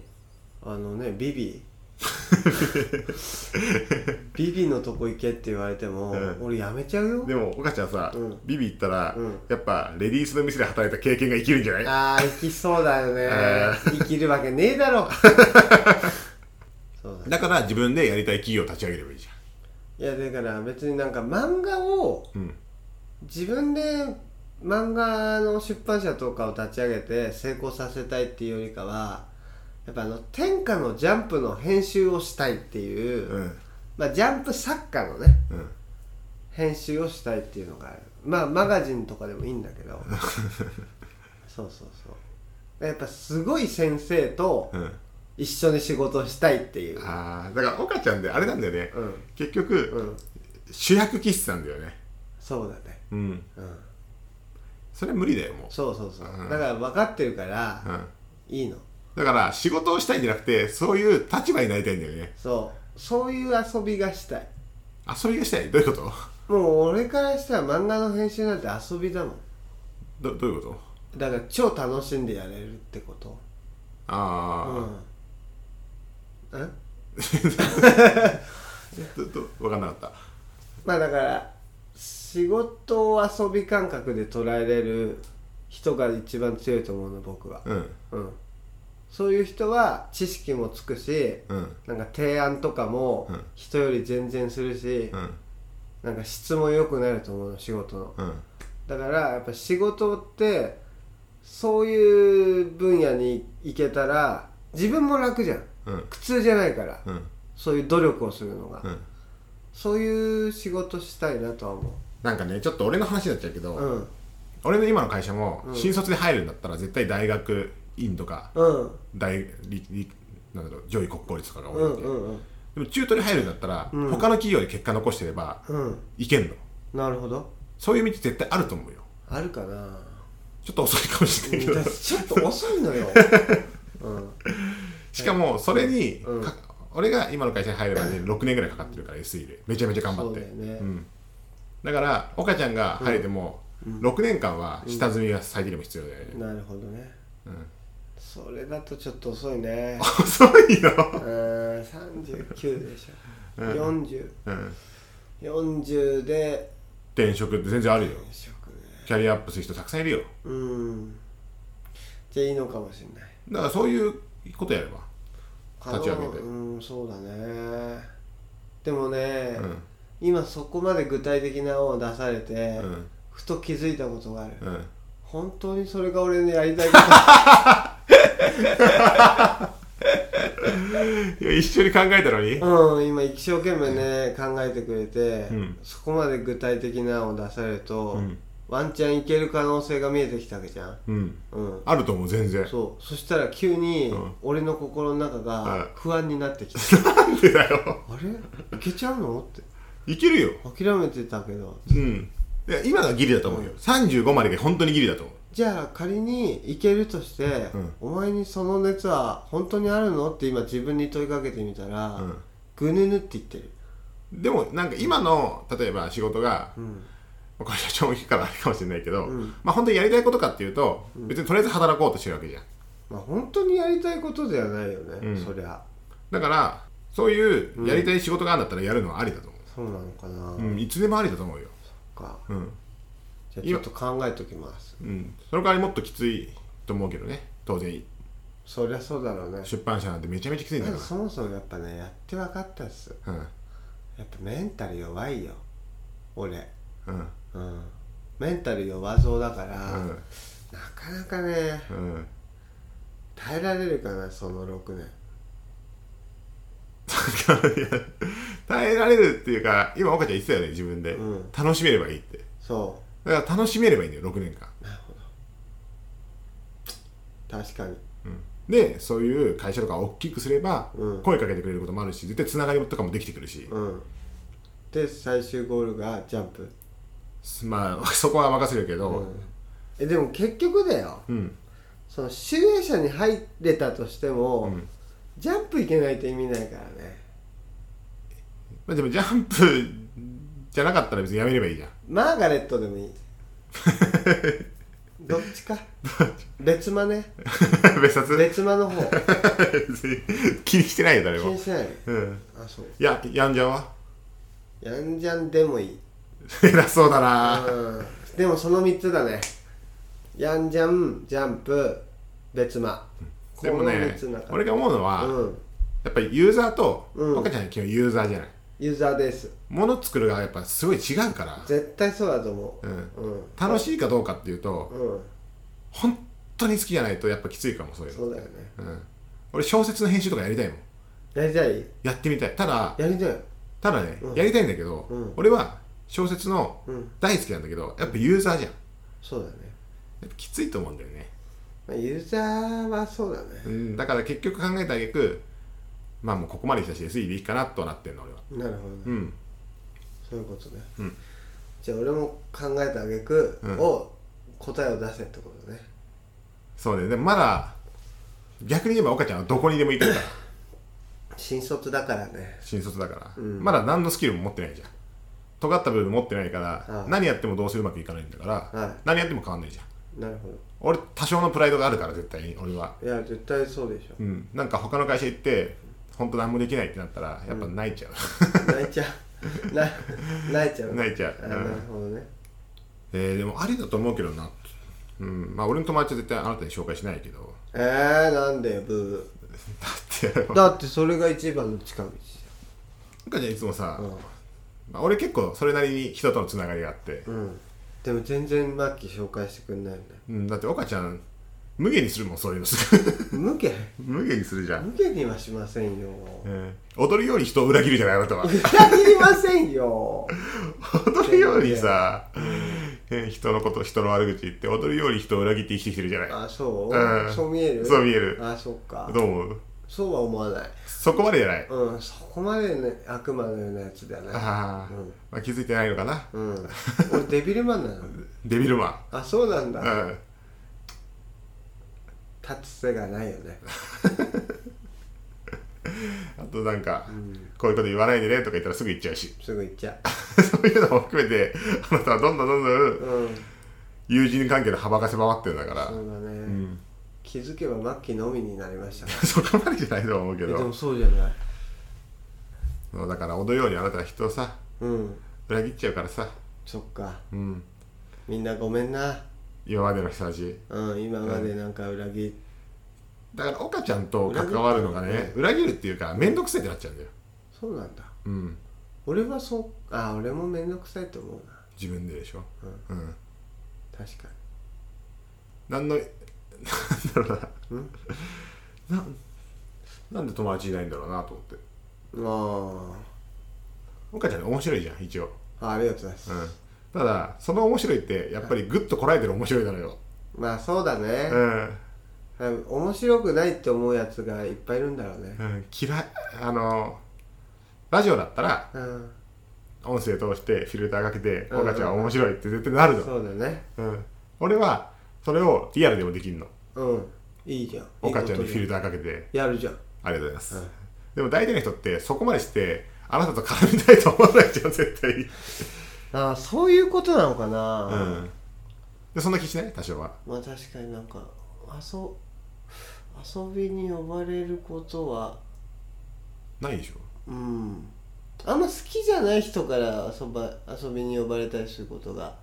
Speaker 1: あのねビ
Speaker 2: [laughs]
Speaker 1: ビビビのとこ行けって言われても、
Speaker 2: うん
Speaker 1: 俺やめちゃうよ
Speaker 2: でも岡ちゃんさ、
Speaker 1: うん
Speaker 2: ビビ行ったら、
Speaker 1: うん
Speaker 2: やっぱレディースの店で働いた経験が生きるんじゃない
Speaker 1: ああ生きそうだよね
Speaker 2: あ
Speaker 1: 生きるわけねえだ
Speaker 2: [laughs]
Speaker 1: ろそうだね
Speaker 2: だから自分でやりたい企業を立ち上げればいいじ
Speaker 1: いやだから別になんか漫画を
Speaker 2: ゃんうん
Speaker 1: 自分で漫画の出版社とかを立ち上げて成功させたいっていうよりかはやっぱあの天下のジャンプの編集をしたいっていう、
Speaker 2: うん
Speaker 1: まあジャンプ作家のね
Speaker 2: うん
Speaker 1: 編集をしたいっていうのがあるまあマガジンとかでもいいんだけ
Speaker 2: [laughs]
Speaker 1: どそうそうそうやっぱすごい先生と
Speaker 2: うん
Speaker 1: 一緒に仕事をしたいっていう
Speaker 2: ああだから岡ちゃんであれなんだよね、
Speaker 1: うん
Speaker 2: 結局、
Speaker 1: うん
Speaker 2: 主役気質なんだよね
Speaker 1: そうだね
Speaker 2: うん
Speaker 1: うん
Speaker 2: それは無理だよもう
Speaker 1: そうそうそう
Speaker 2: うん
Speaker 1: だから分かってるから、
Speaker 2: うん
Speaker 1: いいの
Speaker 2: だから仕事をしたいんじゃなくてそういう立場になりたいんだよね
Speaker 1: そうそういう遊びがしたい
Speaker 2: 遊びがしたいどういうこと
Speaker 1: もう俺からしたら漫画の編集なんて遊びだもん
Speaker 2: どどういうこと
Speaker 1: だから超楽しんでやれるってこと
Speaker 2: ああ、
Speaker 1: うんん
Speaker 2: どど分かんなかった
Speaker 1: まあだから仕事を遊び感覚で捉えれる人が一番強いと思うの僕は
Speaker 2: うん
Speaker 1: うんそういう人は知識もつくし、
Speaker 2: うん
Speaker 1: なんか提案とかも
Speaker 2: うん
Speaker 1: 人より全然するし、
Speaker 2: うん
Speaker 1: なんか質も良くなると思うの仕事の
Speaker 2: うん
Speaker 1: だからやっぱ仕事ってそういう分野に行けたら自分も楽じゃん
Speaker 2: うん
Speaker 1: 苦痛じゃないから、
Speaker 2: うん
Speaker 1: そういう努力をするのが、
Speaker 2: うん
Speaker 1: そういう仕事したいなとは思
Speaker 2: なんかねちょっと俺の話になっちゃうけど、
Speaker 1: ううん
Speaker 2: 俺の今の会社も
Speaker 1: うん
Speaker 2: 新卒で入るんだったら絶対大学院とか
Speaker 1: うん
Speaker 2: 大理理なんだろう上位国公立とかが多
Speaker 1: う
Speaker 2: い
Speaker 1: ん
Speaker 2: んで、
Speaker 1: うんうん
Speaker 2: でも中途で入るんだったら、
Speaker 1: うん
Speaker 2: 他の企業で結果残してれば
Speaker 1: うん
Speaker 2: いけんの
Speaker 1: なるほど
Speaker 2: そういう道絶対あると思うよ
Speaker 1: あるかな
Speaker 2: ちょっと遅いかもしれないけど
Speaker 1: だってちょっと遅いのよ、うん、
Speaker 2: しかもそれに、
Speaker 1: うん
Speaker 2: か俺が今の会社に入るま
Speaker 1: [laughs]
Speaker 2: でに6年ぐらいかかってるから SE でめちゃめちゃ頑張って
Speaker 1: そうだよね
Speaker 2: ん、だから岡ちゃんが入れても、6年間は下積みが最低でも必要だよね、
Speaker 1: なるほどね
Speaker 2: うん [laughs]
Speaker 1: それだとちょっと遅いね
Speaker 2: 遅い
Speaker 1: う
Speaker 2: よ
Speaker 1: ーん39でしょ、4040
Speaker 2: うん
Speaker 1: で
Speaker 2: 転職って全然あるよ
Speaker 1: 転職ね
Speaker 2: キャリアアップする人たくさんいるよ
Speaker 1: うんじゃあいいのかもしれない
Speaker 2: だからそういうことやれば
Speaker 1: 可能
Speaker 2: 立ち上げて
Speaker 1: うんそうだねでもね、
Speaker 2: うん
Speaker 1: 今そこまで具体的な案を出されて、
Speaker 2: うん
Speaker 1: ふと気づいたことがある、
Speaker 2: うん
Speaker 1: 本当にそれが俺のやりたいこと
Speaker 2: [laughs] いや一緒に考えたのに、
Speaker 1: うん今一生懸命ね考えてくれて、
Speaker 2: うん
Speaker 1: そこまで具体的な案を出されると、
Speaker 2: うん
Speaker 1: ワンチャンいける可能性が見えてきたわけじゃん
Speaker 2: うん、
Speaker 1: うん
Speaker 2: あると思う全然
Speaker 1: そうそしたら急に
Speaker 2: うん
Speaker 1: 俺の心の中
Speaker 2: はい
Speaker 1: が不安になってき
Speaker 2: [laughs]
Speaker 1: て、
Speaker 2: なんでだよ
Speaker 1: あれいけちゃうのって
Speaker 2: いけるよ
Speaker 1: 諦めてたけど
Speaker 2: うんいや今がギリだと思うよ、35までが本当にギリだと思う
Speaker 1: じゃあ仮にいけるとして、
Speaker 2: うん
Speaker 1: お前にその熱は本当にあるのって今自分に問いかけてみたら、
Speaker 2: うん
Speaker 1: ぐぬぬって言ってる
Speaker 2: でもなんか今の例えば仕事が、
Speaker 1: うん
Speaker 2: これ社長も聞くからあれかもしれないけど、
Speaker 1: うん
Speaker 2: まあ本当にやりたいことかっていうと、別にとりあえず働こうとしてるわけじゃん
Speaker 1: まあ本当にやりたいことではないよね、
Speaker 2: うん
Speaker 1: そりゃ
Speaker 2: だからそういうやりたい仕事があるんだったらやるのはありだと思
Speaker 1: そうなのかな、
Speaker 2: う、うんいつでもありだと思うよ、
Speaker 1: か
Speaker 2: うん
Speaker 1: じゃあちょっと考えときます
Speaker 2: うん、その代わりもっときついと思うけどね当然
Speaker 1: そりゃそうだろうね
Speaker 2: 出版社なんてめちゃめちゃきついんだ
Speaker 1: で
Speaker 2: か
Speaker 1: もそもそもやっぱねやって分かったっす
Speaker 2: ら
Speaker 1: やっぱメンタル弱いよ俺
Speaker 2: うんうん
Speaker 1: うんメンタル弱そうだから、
Speaker 2: うん
Speaker 1: なかなかね
Speaker 2: うん [laughs]
Speaker 1: 耐えられるかなその6年
Speaker 2: だからいや耐えられるっていうか今岡ちゃん言ってたよね自分で、
Speaker 1: うん
Speaker 2: 楽しめればいいって
Speaker 1: そ
Speaker 2: だから楽しめればいいんだよ6年間
Speaker 1: うなるほど確かに
Speaker 2: でそういう会社とかを大きくすれば、
Speaker 1: うん
Speaker 2: 声かけてくれることもあるし絶対つながりとかもできてくるし、
Speaker 1: うんで最終ゴールがジャンプ
Speaker 2: まあ [laughs] そこは任せるけど、
Speaker 1: うんえでも結局だよ
Speaker 2: うん
Speaker 1: その集英社に入れたとしても、
Speaker 2: うん
Speaker 1: ジャンプいけないと意味ないからね
Speaker 2: まあ、でもジャンプ [laughs] じゃなかったら別にやめればいいじゃん
Speaker 1: マーガレットでも
Speaker 2: [laughs]
Speaker 1: いいどっちか別間ね
Speaker 2: [laughs] 別冊
Speaker 1: 別間の方
Speaker 2: 別に気にしてないよ誰
Speaker 1: 気に
Speaker 2: も、
Speaker 1: しない
Speaker 2: うん、
Speaker 1: あそう
Speaker 2: いややんじゃんは [laughs]
Speaker 1: やんじゃんでもいい
Speaker 2: 偉そうだな、
Speaker 1: うんでもその3つだねやんじゃんジャンプ別間
Speaker 2: でもね
Speaker 1: この3つ
Speaker 2: 俺が思うのは、
Speaker 1: 中うん
Speaker 2: やっぱりユーザーと
Speaker 1: うん
Speaker 2: 岡、ちゃんは基本ユーザーじゃない
Speaker 1: ユーザーです
Speaker 2: もの作る側はやっぱすごい違うから、
Speaker 1: 絶対そうだと思
Speaker 2: う
Speaker 1: う、
Speaker 2: ん、
Speaker 1: うん
Speaker 2: 楽しいかどうかっていうと、
Speaker 1: うん
Speaker 2: 本当に好きじゃないとやっぱきついかもそういうの
Speaker 1: そうだよね
Speaker 2: うん、俺小説の編集とかやりたいもん
Speaker 1: やりたい
Speaker 2: やってみたいただ
Speaker 1: やりたい
Speaker 2: ただね、
Speaker 1: うん
Speaker 2: やりたいんだけど、
Speaker 1: うん
Speaker 2: 俺は小説の
Speaker 1: うん
Speaker 2: 大好きなんだけどやっぱユーザーじゃんや
Speaker 1: そうだね
Speaker 2: っぱきついと思うんだよね、
Speaker 1: まあユーザーはそうだね
Speaker 2: うん、だから結局考えたあげくまあもうここまで来たし SE でいいかなとはなってんの俺
Speaker 1: な
Speaker 2: は
Speaker 1: るほどね
Speaker 2: うん
Speaker 1: そういうことね、
Speaker 2: うん
Speaker 1: じゃあ俺も考えたあげく
Speaker 2: うん
Speaker 1: を答えを出せってことね
Speaker 2: そうだよねでもまだ逆に言えば岡ちゃんはどこにでも行
Speaker 1: [laughs]
Speaker 2: けるから
Speaker 1: 新卒だからね
Speaker 2: 新卒だから、
Speaker 1: うん
Speaker 2: まだ何のスキルも持ってないじゃん尖った部分持ってないから、
Speaker 1: ああ
Speaker 2: 何やってもどうせうまくいかないんだから、
Speaker 1: はい
Speaker 2: 何やっても変わんないじゃん
Speaker 1: なるほど
Speaker 2: 俺多少のプライドがあるから絶対に俺はい
Speaker 1: や絶対そうでし
Speaker 2: [laughs]
Speaker 1: ょ
Speaker 2: うんなんか他の会社行って本当何もできないってなったらやっぱ泣いちゃう、
Speaker 1: 泣いちゃう [laughs] な泣いちゃう
Speaker 2: 泣いちゃう
Speaker 1: あ
Speaker 2: うん
Speaker 1: なるほどね
Speaker 2: えーでもありだと思うけどなうんまあ俺の友達は絶対あなたに紹介しないけど
Speaker 1: えー、なんでブ
Speaker 2: だって
Speaker 1: ー
Speaker 2: な
Speaker 1: だってそれが一番の近道じ
Speaker 2: んかじゃあいつもさ
Speaker 1: ゃん、うん
Speaker 2: まあ、俺結構それなりに人とのつながりがあって、
Speaker 1: うんでも全然マッキー紹介してくんないよね
Speaker 2: うん、だって岡ちゃん無限にするもんそういうの [laughs] すぐ
Speaker 1: 無限
Speaker 2: 無限にするじゃん、
Speaker 1: 無限にはしませんよ [laughs]
Speaker 2: うん踊るように人を裏切るじゃないあなたは
Speaker 1: 裏切りませんよ
Speaker 2: 踊るようにさ、え人のこと人の悪口言って踊るように人を裏切って生きてきてるじゃない
Speaker 1: あそう、
Speaker 2: うん
Speaker 1: そう見える
Speaker 2: そう見える
Speaker 1: あそっか
Speaker 2: どう思う
Speaker 1: そうは思わない
Speaker 2: そこまでじゃない、
Speaker 1: うんそこまでね悪魔のようなやつだよね
Speaker 2: あー、
Speaker 1: うん
Speaker 2: まあ気づいてないのかな
Speaker 1: うん俺デビルマンなの
Speaker 2: デビルマン
Speaker 1: あそうなんだ、
Speaker 2: うん
Speaker 1: 立つ瀬がないよね
Speaker 2: あとなんか、こういうこと言わないでねとか言ったらすぐ言っちゃうし [laughs]
Speaker 1: すぐ行っちゃ
Speaker 2: そういうのも含めてあなたはどんどんどんど
Speaker 1: うんうん
Speaker 2: 友人関係の幅が狭まってるんだから、
Speaker 1: そうだね、
Speaker 2: うん、
Speaker 1: 気づけば末期のみになりましたね
Speaker 2: そこまでじゃないと思うけ
Speaker 1: えでも
Speaker 2: ど
Speaker 1: そうじゃない
Speaker 2: そうだから踊るようにあなたは人をさ
Speaker 1: うん
Speaker 2: 裏切っちゃうからさ、
Speaker 1: そっか
Speaker 2: うん、
Speaker 1: みんなごめんな
Speaker 2: 今までの人たち
Speaker 1: うん今までなんか裏切っ
Speaker 2: だから岡ちゃんと関わるのがね裏切るっていうか面倒くせえってなっちゃうんだよ、
Speaker 1: そうなんだ
Speaker 2: うん、
Speaker 1: 俺はそうあ俺も面倒くさいと思うな
Speaker 2: 自分ででしょ、うん、
Speaker 1: 確か
Speaker 2: なんのなんだろう [laughs] なななんで友達いないんだろうなと思って
Speaker 1: にあ
Speaker 2: 岡ちゃんね面白いじゃん一応、
Speaker 1: ああありがとうございます、
Speaker 2: うん、ただその面白いってやっぱりグッとこらえてる面白いなのよ、
Speaker 1: まあそうだ
Speaker 2: う
Speaker 1: ね、
Speaker 2: ん
Speaker 1: うん、面白くないって思うやつがいっぱいいるんだろうね
Speaker 2: うん、嫌いあのラジオだったら
Speaker 1: うん
Speaker 2: 音声通してフィルターかけて
Speaker 1: うん
Speaker 2: 岡ちゃんは面白いって絶対なるの、
Speaker 1: そうだね
Speaker 2: うん、俺はそれをリアルでもできるの
Speaker 1: うんいいじゃん
Speaker 2: 岡ちゃんにフィル
Speaker 1: タ
Speaker 2: ターかけて
Speaker 1: ーやるじゃん
Speaker 2: ありがとうございます、
Speaker 1: うん
Speaker 2: でも大体の人ってそこまでしてあなたと絡みたいと思わないじゃん絶対に
Speaker 1: ああそういうことなのかな
Speaker 2: うんでそんな気しない多少は
Speaker 1: まあ確かになんか遊遊びに呼ばれることは
Speaker 2: ないでしょ
Speaker 1: うんあんま好きじゃない人から遊ば遊びに呼ばれたりすることが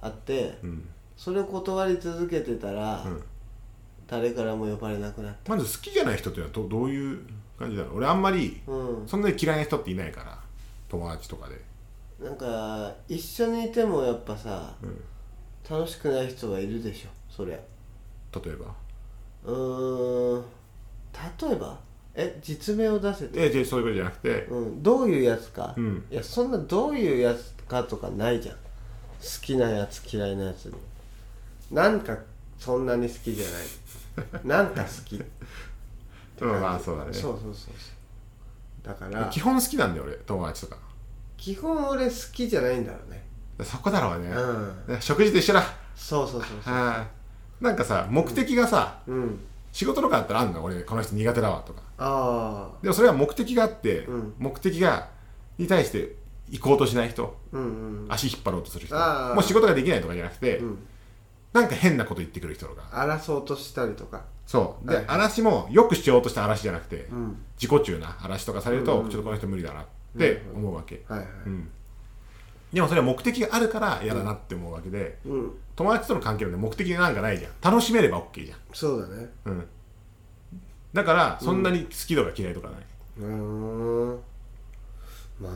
Speaker 1: あって
Speaker 2: うん、
Speaker 1: それを断り続けてたら、
Speaker 2: うん、
Speaker 1: 誰からも呼ばれなくなっ
Speaker 2: まず好きじゃない人っていうのはどどういう感じだろう俺あんまり
Speaker 1: たうん
Speaker 2: そんなに嫌いな人っていないから友達とかで
Speaker 1: なんか一緒にいてもやっぱさ、
Speaker 2: うん
Speaker 1: 楽しくない人はいるでしょそりゃ
Speaker 2: 例えば
Speaker 1: うーん例えばえ実名を出せて、
Speaker 2: えじゃあそういうことじゃなくて
Speaker 1: うん、どういうやつか、
Speaker 2: うん
Speaker 1: いやそんなどういうやつかとかないじゃん好きなやつ嫌いなやつになんかそんなに好きじゃない
Speaker 2: [laughs]
Speaker 1: なんか好きって感じ
Speaker 2: うんまあそうだね
Speaker 1: そうそうそうそうだから
Speaker 2: 基本好きなんだよ俺友達とか
Speaker 1: 基本俺好きじゃないんだろうね
Speaker 2: そこだろうね、
Speaker 1: う
Speaker 2: 食事と一緒だ
Speaker 1: そうそうそうそう
Speaker 2: はいなんかさ目的がさ、
Speaker 1: うん
Speaker 2: 仕事とかだったらあんの俺この人苦手だわとか
Speaker 1: ああ
Speaker 2: でもそれは目的があって、
Speaker 1: うん
Speaker 2: 目的がに対して行こうとしない人
Speaker 1: うんうん
Speaker 2: 足引っ張ろうとする人
Speaker 1: あー
Speaker 2: もう仕事ができないとかじゃなくて、
Speaker 1: うん
Speaker 2: なんか変なこと言ってくる人とか
Speaker 1: 争おうとしたりとか
Speaker 2: そうで、
Speaker 1: はい
Speaker 2: 嵐もよくしようとした嵐じゃなくて、
Speaker 1: うん
Speaker 2: 自己中な嵐とかされると、
Speaker 1: うんうん
Speaker 2: ちょっとこの人無理だなって思うわけ、
Speaker 1: はいはい
Speaker 2: うん、でもそれは目的があるから嫌だなって思うわけで、
Speaker 1: うん
Speaker 2: 友達との関係なんて目的なんかないじゃん楽しめれば OK じゃん、
Speaker 1: そうだね
Speaker 2: うん、だからそんなに好きとか嫌いとかない、
Speaker 1: うーんまあ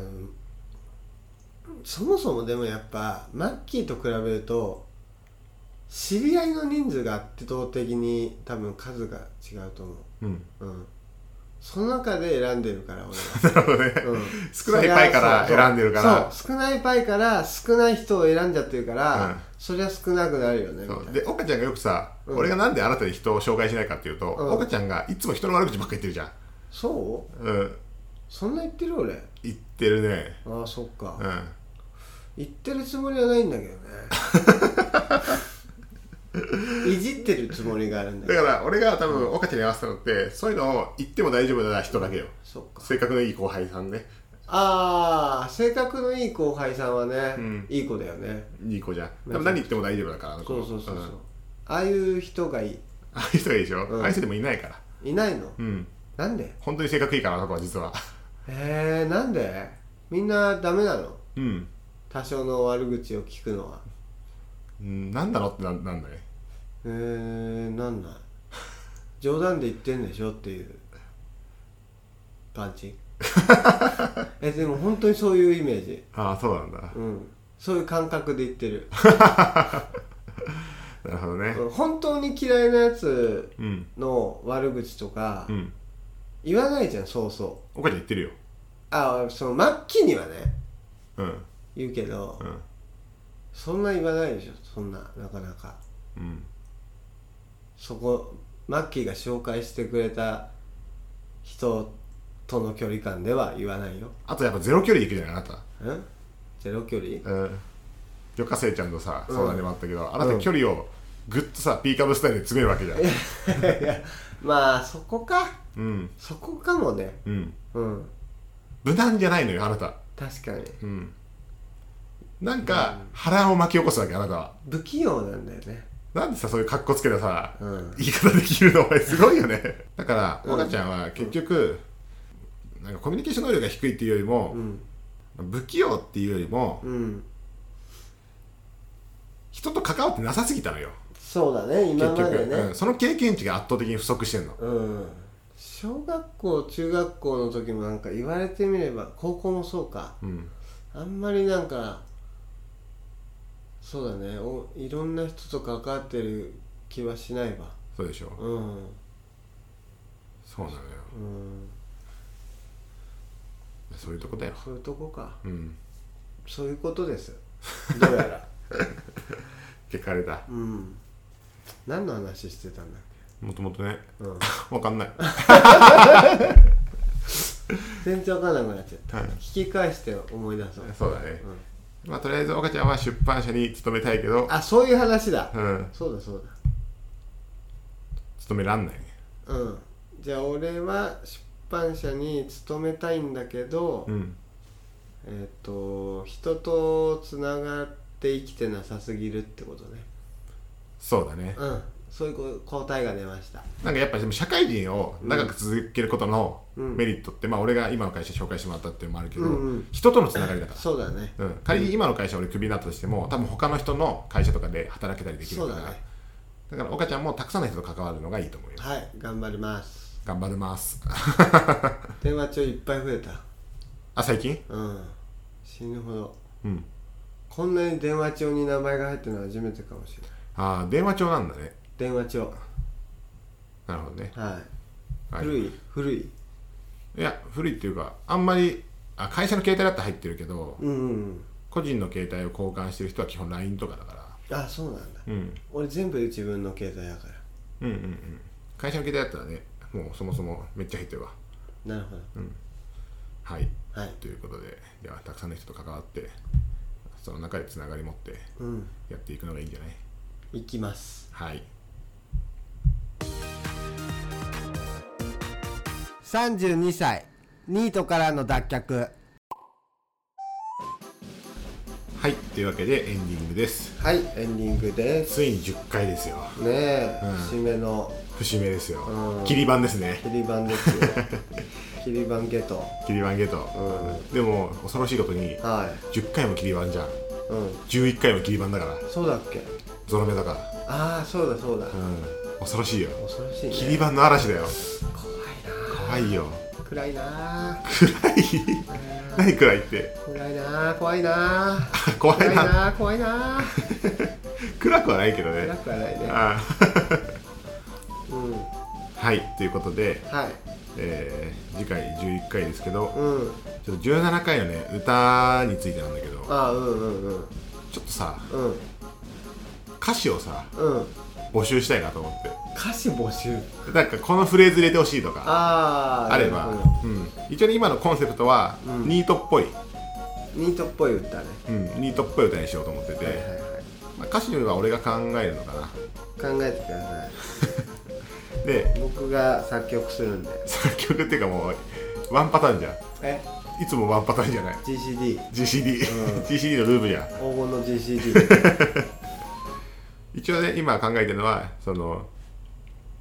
Speaker 1: そもそもでもやっぱマッキーと比べると知り合いの人数が圧倒的に多分数が違うと思
Speaker 2: うん、 [laughs]
Speaker 1: ううんその中で選んでるから俺は
Speaker 2: なるほどね、
Speaker 1: うん
Speaker 2: 少ないパイから
Speaker 1: そりゃ
Speaker 2: 選んでるから
Speaker 1: そう少ないパイから少ない人を選んじゃってるから、
Speaker 2: うん
Speaker 1: そりゃ少なくなるよねみたい
Speaker 2: そう
Speaker 1: な
Speaker 2: で岡ちゃんがよくさ、
Speaker 1: うん
Speaker 2: 俺がなんであなたに人を紹介しないかっていうと、
Speaker 1: うん
Speaker 2: 岡ちゃんがいつも人の悪口ばっかり言ってる
Speaker 1: そう
Speaker 2: じゃん、うん、
Speaker 1: そんな言ってる俺
Speaker 2: 言ってるね
Speaker 1: ああそっか、
Speaker 2: うん
Speaker 1: 言ってるつもりはないんだ [laughs] けどねいじってるつもりがあるんだけ
Speaker 2: だ
Speaker 1: ど
Speaker 2: から俺が多分岡ちゃんに合わせたのってそういうのを言っても大丈夫な人だけよ
Speaker 1: そっか
Speaker 2: 性格のいい後輩さんね
Speaker 1: ああ性格のいい後輩さんはね、
Speaker 2: うん
Speaker 1: いい子だよね
Speaker 2: いい子じゃん
Speaker 1: うん
Speaker 2: 多分何言っても大丈夫だからあの子
Speaker 1: そうそうそうそう、
Speaker 2: ん
Speaker 1: ああいう人がい
Speaker 2: ああいう人がいいでしょ、
Speaker 1: うん
Speaker 2: ああいう人でもいないから
Speaker 1: いないの、
Speaker 2: うん
Speaker 1: なんで
Speaker 2: 本当に性格いいからあの子は実は
Speaker 1: えー、なんでみんなダメなの
Speaker 2: うん
Speaker 1: 多少の悪口を聞くのは
Speaker 2: うんなんだろうってなんなんだね
Speaker 1: えー、なんない冗談で言ってんでしょっていうパンチえでも本当にそういうイメージ
Speaker 2: ああそうなんだ、
Speaker 1: うんそういう感覚で言ってる
Speaker 2: なるほどね
Speaker 1: うん本当に嫌いなやつ
Speaker 2: うん
Speaker 1: の悪口とか
Speaker 2: うん
Speaker 1: 言わないじゃんそうそう
Speaker 2: お母ちゃん言ってるよ
Speaker 1: あその末期にはね
Speaker 2: うん
Speaker 1: 言うけど、
Speaker 2: うん
Speaker 1: そんな言わないでしょそんななかなか
Speaker 2: うん
Speaker 1: そこマッキーが紹介してくれた人との距離感では言わないよ
Speaker 2: あとやっぱゼロ距離で行くじゃないあなた
Speaker 1: うんゼロ距離 [laughs]
Speaker 2: うんよかせいちゃんとさ
Speaker 1: うん
Speaker 2: 相談でもあったけど、あな
Speaker 1: う
Speaker 2: た
Speaker 1: ん
Speaker 2: 距離をグッとさピーカブスタイルで詰めるわけじゃん
Speaker 1: いやまあそこか
Speaker 2: うん
Speaker 1: そこかもね
Speaker 2: うん
Speaker 1: うん
Speaker 2: 無難じゃないのよあなた
Speaker 1: 確かに
Speaker 2: うんなんか波乱を巻き起こすわけあなたは
Speaker 1: 不器用なんだよね
Speaker 2: なんでさそういう格好つけたさ、
Speaker 1: うん
Speaker 2: 言い方できるのお前すごいよねだから
Speaker 1: うん
Speaker 2: 若ちゃんは結局、なんかコミュニケーション能力が低いっていうよりも
Speaker 1: う、ん
Speaker 2: 不器用っていうよりも、
Speaker 1: うん
Speaker 2: 人と関わってなさすぎたのよ
Speaker 1: そうだね
Speaker 2: 結
Speaker 1: 今ま
Speaker 2: 局、
Speaker 1: でね
Speaker 2: うん、その経験値が圧倒的に不足してんの
Speaker 1: うん小学校中学校の時もなんか言われてみれば高校もそうか
Speaker 2: うん
Speaker 1: あんまりなんかそうだねおいろんな人と関わってる気はしないわ
Speaker 2: そうでしょ、
Speaker 1: うん
Speaker 2: そうなのよ
Speaker 1: うん
Speaker 2: そういうとこだよ
Speaker 1: そういうとこか
Speaker 2: うん
Speaker 1: そういうことですどうやら
Speaker 2: 結果あれだ
Speaker 1: うん何の話してたんだっ
Speaker 2: もともとね [laughs]
Speaker 1: け、うん、
Speaker 2: わかんない
Speaker 1: 全然わかんなくなっちゃった、
Speaker 2: はい
Speaker 1: 聞き返して思い出そう
Speaker 2: そうだね
Speaker 1: うん
Speaker 2: まあとりあえず若ちゃんは出版社に勤めたいけど
Speaker 1: あそういう話だ、
Speaker 2: うん
Speaker 1: そうだそう
Speaker 2: 勤めらんないね
Speaker 1: だうんじゃあ俺は出版社に勤めたいんだけど、
Speaker 2: うん
Speaker 1: えっ、と人とつながって生きてなさすぎるってことね
Speaker 2: そうだね
Speaker 1: うんそういうこ答えが出ました
Speaker 2: なんかやっぱでも社会人を長く続けることの
Speaker 1: うん
Speaker 2: メリットって、まあ俺が今の会社紹介してもらったっていうのもあるけど、
Speaker 1: うんうん
Speaker 2: 人とのつながりだか
Speaker 1: そうだね
Speaker 2: ら、うん、仮に今の会社俺クビになったとしても多分他の人の会社とかで働けたりできる
Speaker 1: そ
Speaker 2: か
Speaker 1: う
Speaker 2: ら
Speaker 1: だね
Speaker 2: だ,、から岡ちゃんもたくさんの人と関わるのがいいと思うよ
Speaker 1: はい頑張ります
Speaker 2: 頑張ります [laughs]
Speaker 1: 電話帳いっぱい増えた
Speaker 2: あ最近
Speaker 1: うん死ぬほど
Speaker 2: うん
Speaker 1: こんなに電話帳に名前が入ってるのは初めてかもしれない
Speaker 2: ああ電話帳なんだね
Speaker 1: 電話帳
Speaker 2: なるほどね、
Speaker 1: はい
Speaker 2: はい、
Speaker 1: 古い古い
Speaker 2: いや古いっていうかあんまりあ会社の携帯だったら入ってるけど、
Speaker 1: うんうん
Speaker 2: 個人の携帯を交換してる人は基本 LINE とかだから、
Speaker 1: うんあそうなんだ
Speaker 2: うん、
Speaker 1: 俺全部自分の携帯だから
Speaker 2: うんうんうん会社の携帯だったらねもうそもそもめっちゃ入ってるわ
Speaker 1: なるほど、
Speaker 2: はい
Speaker 1: はい
Speaker 2: ということでではたくさんの人と関わってその中でつながり持って
Speaker 1: うん
Speaker 2: やっていくのがいいんじゃない
Speaker 1: 行きます
Speaker 2: はい
Speaker 1: 32歳ニートからの脱却
Speaker 2: はいというわけでエンディングです
Speaker 1: はいエンディングです
Speaker 2: ついに10回ですよ
Speaker 1: ねえ、
Speaker 2: うん
Speaker 1: 節目の
Speaker 2: 節目ですよ
Speaker 1: うん
Speaker 2: 切り板ですね
Speaker 1: 切り板ですよ切り板ゲト
Speaker 2: 切り板ゲート、でも恐ろしいことに
Speaker 1: は
Speaker 2: 10回も切り板じゃん
Speaker 1: いうん
Speaker 2: 11回も切り板だから
Speaker 1: そうだっけ
Speaker 2: ゾロ目だか
Speaker 1: ああそうだそうだ、
Speaker 2: ら、うん、恐ろしいよ
Speaker 1: 恐ろしいね
Speaker 2: 切り板の嵐だよ
Speaker 1: 怖い
Speaker 2: 怖いよ
Speaker 1: な暗いな
Speaker 2: 暗い [laughs] 何暗いって
Speaker 1: 暗いな怖いな
Speaker 2: 怖
Speaker 1: 怖
Speaker 2: い
Speaker 1: い
Speaker 2: な
Speaker 1: な怖いな
Speaker 2: 暗くはないけどね
Speaker 1: 暗くはないね
Speaker 2: あ
Speaker 1: うん
Speaker 2: あはいということで、
Speaker 1: はい
Speaker 2: えー次回11回ですけど
Speaker 1: うん
Speaker 2: ちょっと17回のね歌についてなんだけど
Speaker 1: ああうんうんうん
Speaker 2: ちょっとさ
Speaker 1: うん
Speaker 2: 歌詞をさ
Speaker 1: うん
Speaker 2: 募集したいなと思っ
Speaker 1: 歌詞募集
Speaker 2: てなんかこのフレーズ入れてほしいとか
Speaker 1: ああ
Speaker 2: あれば、うん、一応ね今のコンセプトは、
Speaker 1: うん
Speaker 2: ニートっぽい、
Speaker 1: ニートっぽい歌ね
Speaker 2: うん、ニートっぽい歌にしようと思ってて、
Speaker 1: はいはいはい
Speaker 2: まあ、歌詞よりは俺が考えるのかな
Speaker 1: 考えてください
Speaker 2: で
Speaker 1: 僕が作曲するんで
Speaker 2: 作曲っていうかもうワンパターンじゃん
Speaker 1: え
Speaker 2: いつもワンパターンじゃない
Speaker 1: GCD
Speaker 2: GCD、
Speaker 1: うん
Speaker 2: GCD のルームじゃん
Speaker 1: 黄金の GCD
Speaker 2: 一応ね今考えてるのはその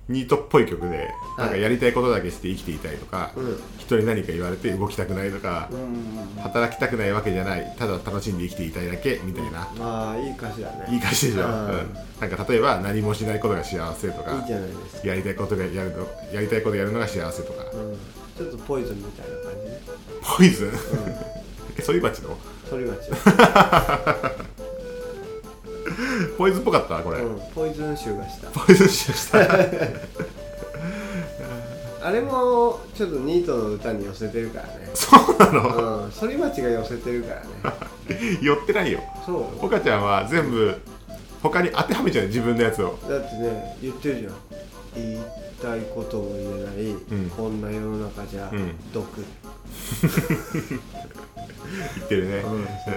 Speaker 2: ニートっぽい曲でなんか
Speaker 1: はい
Speaker 2: やりたいことだけして生きていたいとか、
Speaker 1: うん
Speaker 2: 人に何か言われて動きたくないとか、働きたくないわけじゃないただ楽しんで生きていたいだけみたいな、
Speaker 1: まあいい歌詞だね
Speaker 2: いい歌詞でしょ、う
Speaker 1: うんん
Speaker 2: なんか例えば何もしないことが幸せとか
Speaker 1: いいじゃないですか
Speaker 2: やりたいことがやるのやりたいことやるのが幸せとか、
Speaker 1: うんちょっとポイズンみたいな感じね
Speaker 2: ポイズン、 [laughs]
Speaker 1: [laughs]
Speaker 2: えソリバチの
Speaker 1: 鳥鉢
Speaker 2: ポイズンっぽかったこれ、
Speaker 1: うんポイズン臭がした
Speaker 2: ポイズンしました [laughs]
Speaker 1: あれもちょっとニートの歌に寄せてるからね
Speaker 2: そうなの
Speaker 1: うん反町が寄せてるからね
Speaker 2: [laughs] 寄ってないよ
Speaker 1: そう
Speaker 2: ポカちゃんは全部他に当てはめちゃう自分のやつを
Speaker 1: だってね言ってるじゃん言いたいことも言えない、
Speaker 2: ん
Speaker 1: こんな世の中じゃ
Speaker 2: うん
Speaker 1: 毒、
Speaker 2: 言ってるね、
Speaker 1: うん
Speaker 2: うん
Speaker 1: そう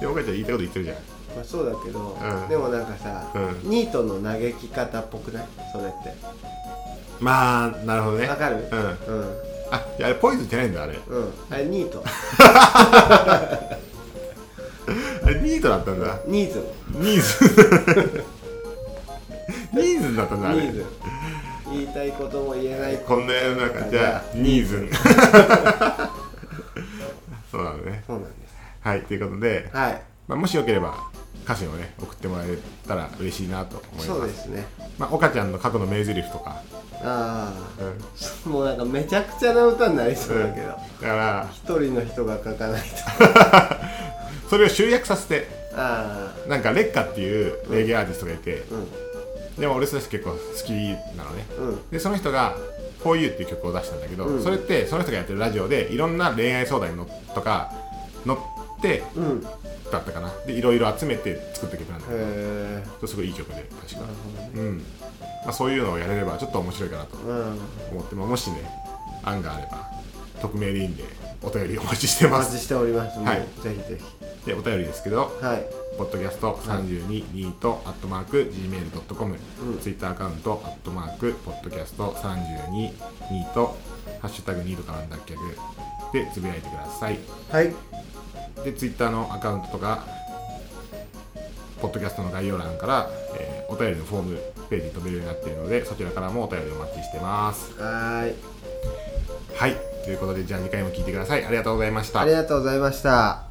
Speaker 2: で岡ちゃん言いたいこと言ってるじゃん
Speaker 1: まあ、そうだけど、
Speaker 2: うん
Speaker 1: でもなんかさ、
Speaker 2: うん
Speaker 1: ニートの嘆き方っぽくないそれって
Speaker 2: まあなるほどね
Speaker 1: わかる
Speaker 2: うん
Speaker 1: うん
Speaker 2: あいやあれポイズンじゃないんだあれ
Speaker 1: うんあれニー
Speaker 2: [laughs]
Speaker 1: ト
Speaker 2: あれニートだったんだ
Speaker 1: ニーズ
Speaker 2: ニーズ [laughs] ニーズだったん
Speaker 1: ニ
Speaker 2: だあれ
Speaker 1: ーズ言いたいことも言えない
Speaker 2: こんな世の中じゃニーズ [laughs] そうなのね
Speaker 1: そうなんです
Speaker 2: はいということで、
Speaker 1: はい
Speaker 2: まあ、もしよければ歌詞をね送ってもらえたら嬉しいなと思います
Speaker 1: そうですね
Speaker 2: まあ、岡ちゃんの過去の名台詞とか、
Speaker 1: あ
Speaker 2: うんうん
Speaker 1: あもうなんかめちゃくちゃな歌になりそうだ
Speaker 2: だ
Speaker 1: けど
Speaker 2: から
Speaker 1: 一、人の人が書かないと
Speaker 2: それを集約させて
Speaker 1: あ
Speaker 2: なんかレッカっていうレゲエアーティストがいて、
Speaker 1: あうん
Speaker 2: でも俺それ結構好きなのね、
Speaker 1: うん
Speaker 2: でその人が「For You」っていう曲を出したんだけど、
Speaker 1: うん
Speaker 2: それってその人がやってるラジオでいろんな恋愛相談にのとか乗って
Speaker 1: うん
Speaker 2: だったかなでいろいろ集めて作った曲なんだけど、
Speaker 1: へえ
Speaker 2: すごいいい曲で確か
Speaker 1: なる、ほどね
Speaker 2: うんまあ、そういうのをやれればちょっと面白いかなと
Speaker 1: うん
Speaker 2: 思って、まあ、もしね案があれば匿名でいいんでお便りお待ちして
Speaker 1: お
Speaker 2: ま
Speaker 1: 待ち
Speaker 2: す
Speaker 1: しております
Speaker 2: はい
Speaker 1: もうぜひぜひ
Speaker 2: でお便りですけど
Speaker 1: はい
Speaker 2: ポッドキャスト32ニートアットマーク Gmail.com、
Speaker 1: うん
Speaker 2: ツイッターアカウントアットマークポッドキャスト32ニートハッシュタグニートからの脱却でつぶやいてください
Speaker 1: はい
Speaker 2: でツイッターのアカウントとかポッドキャストの概要欄から、えーお便りのフォームページに飛べるようになっているのでそちらからもお便りお待ちしてます
Speaker 1: はーい
Speaker 2: はいということでじゃあ2回も聞いてくださいありがとうございました
Speaker 1: ありがとうございました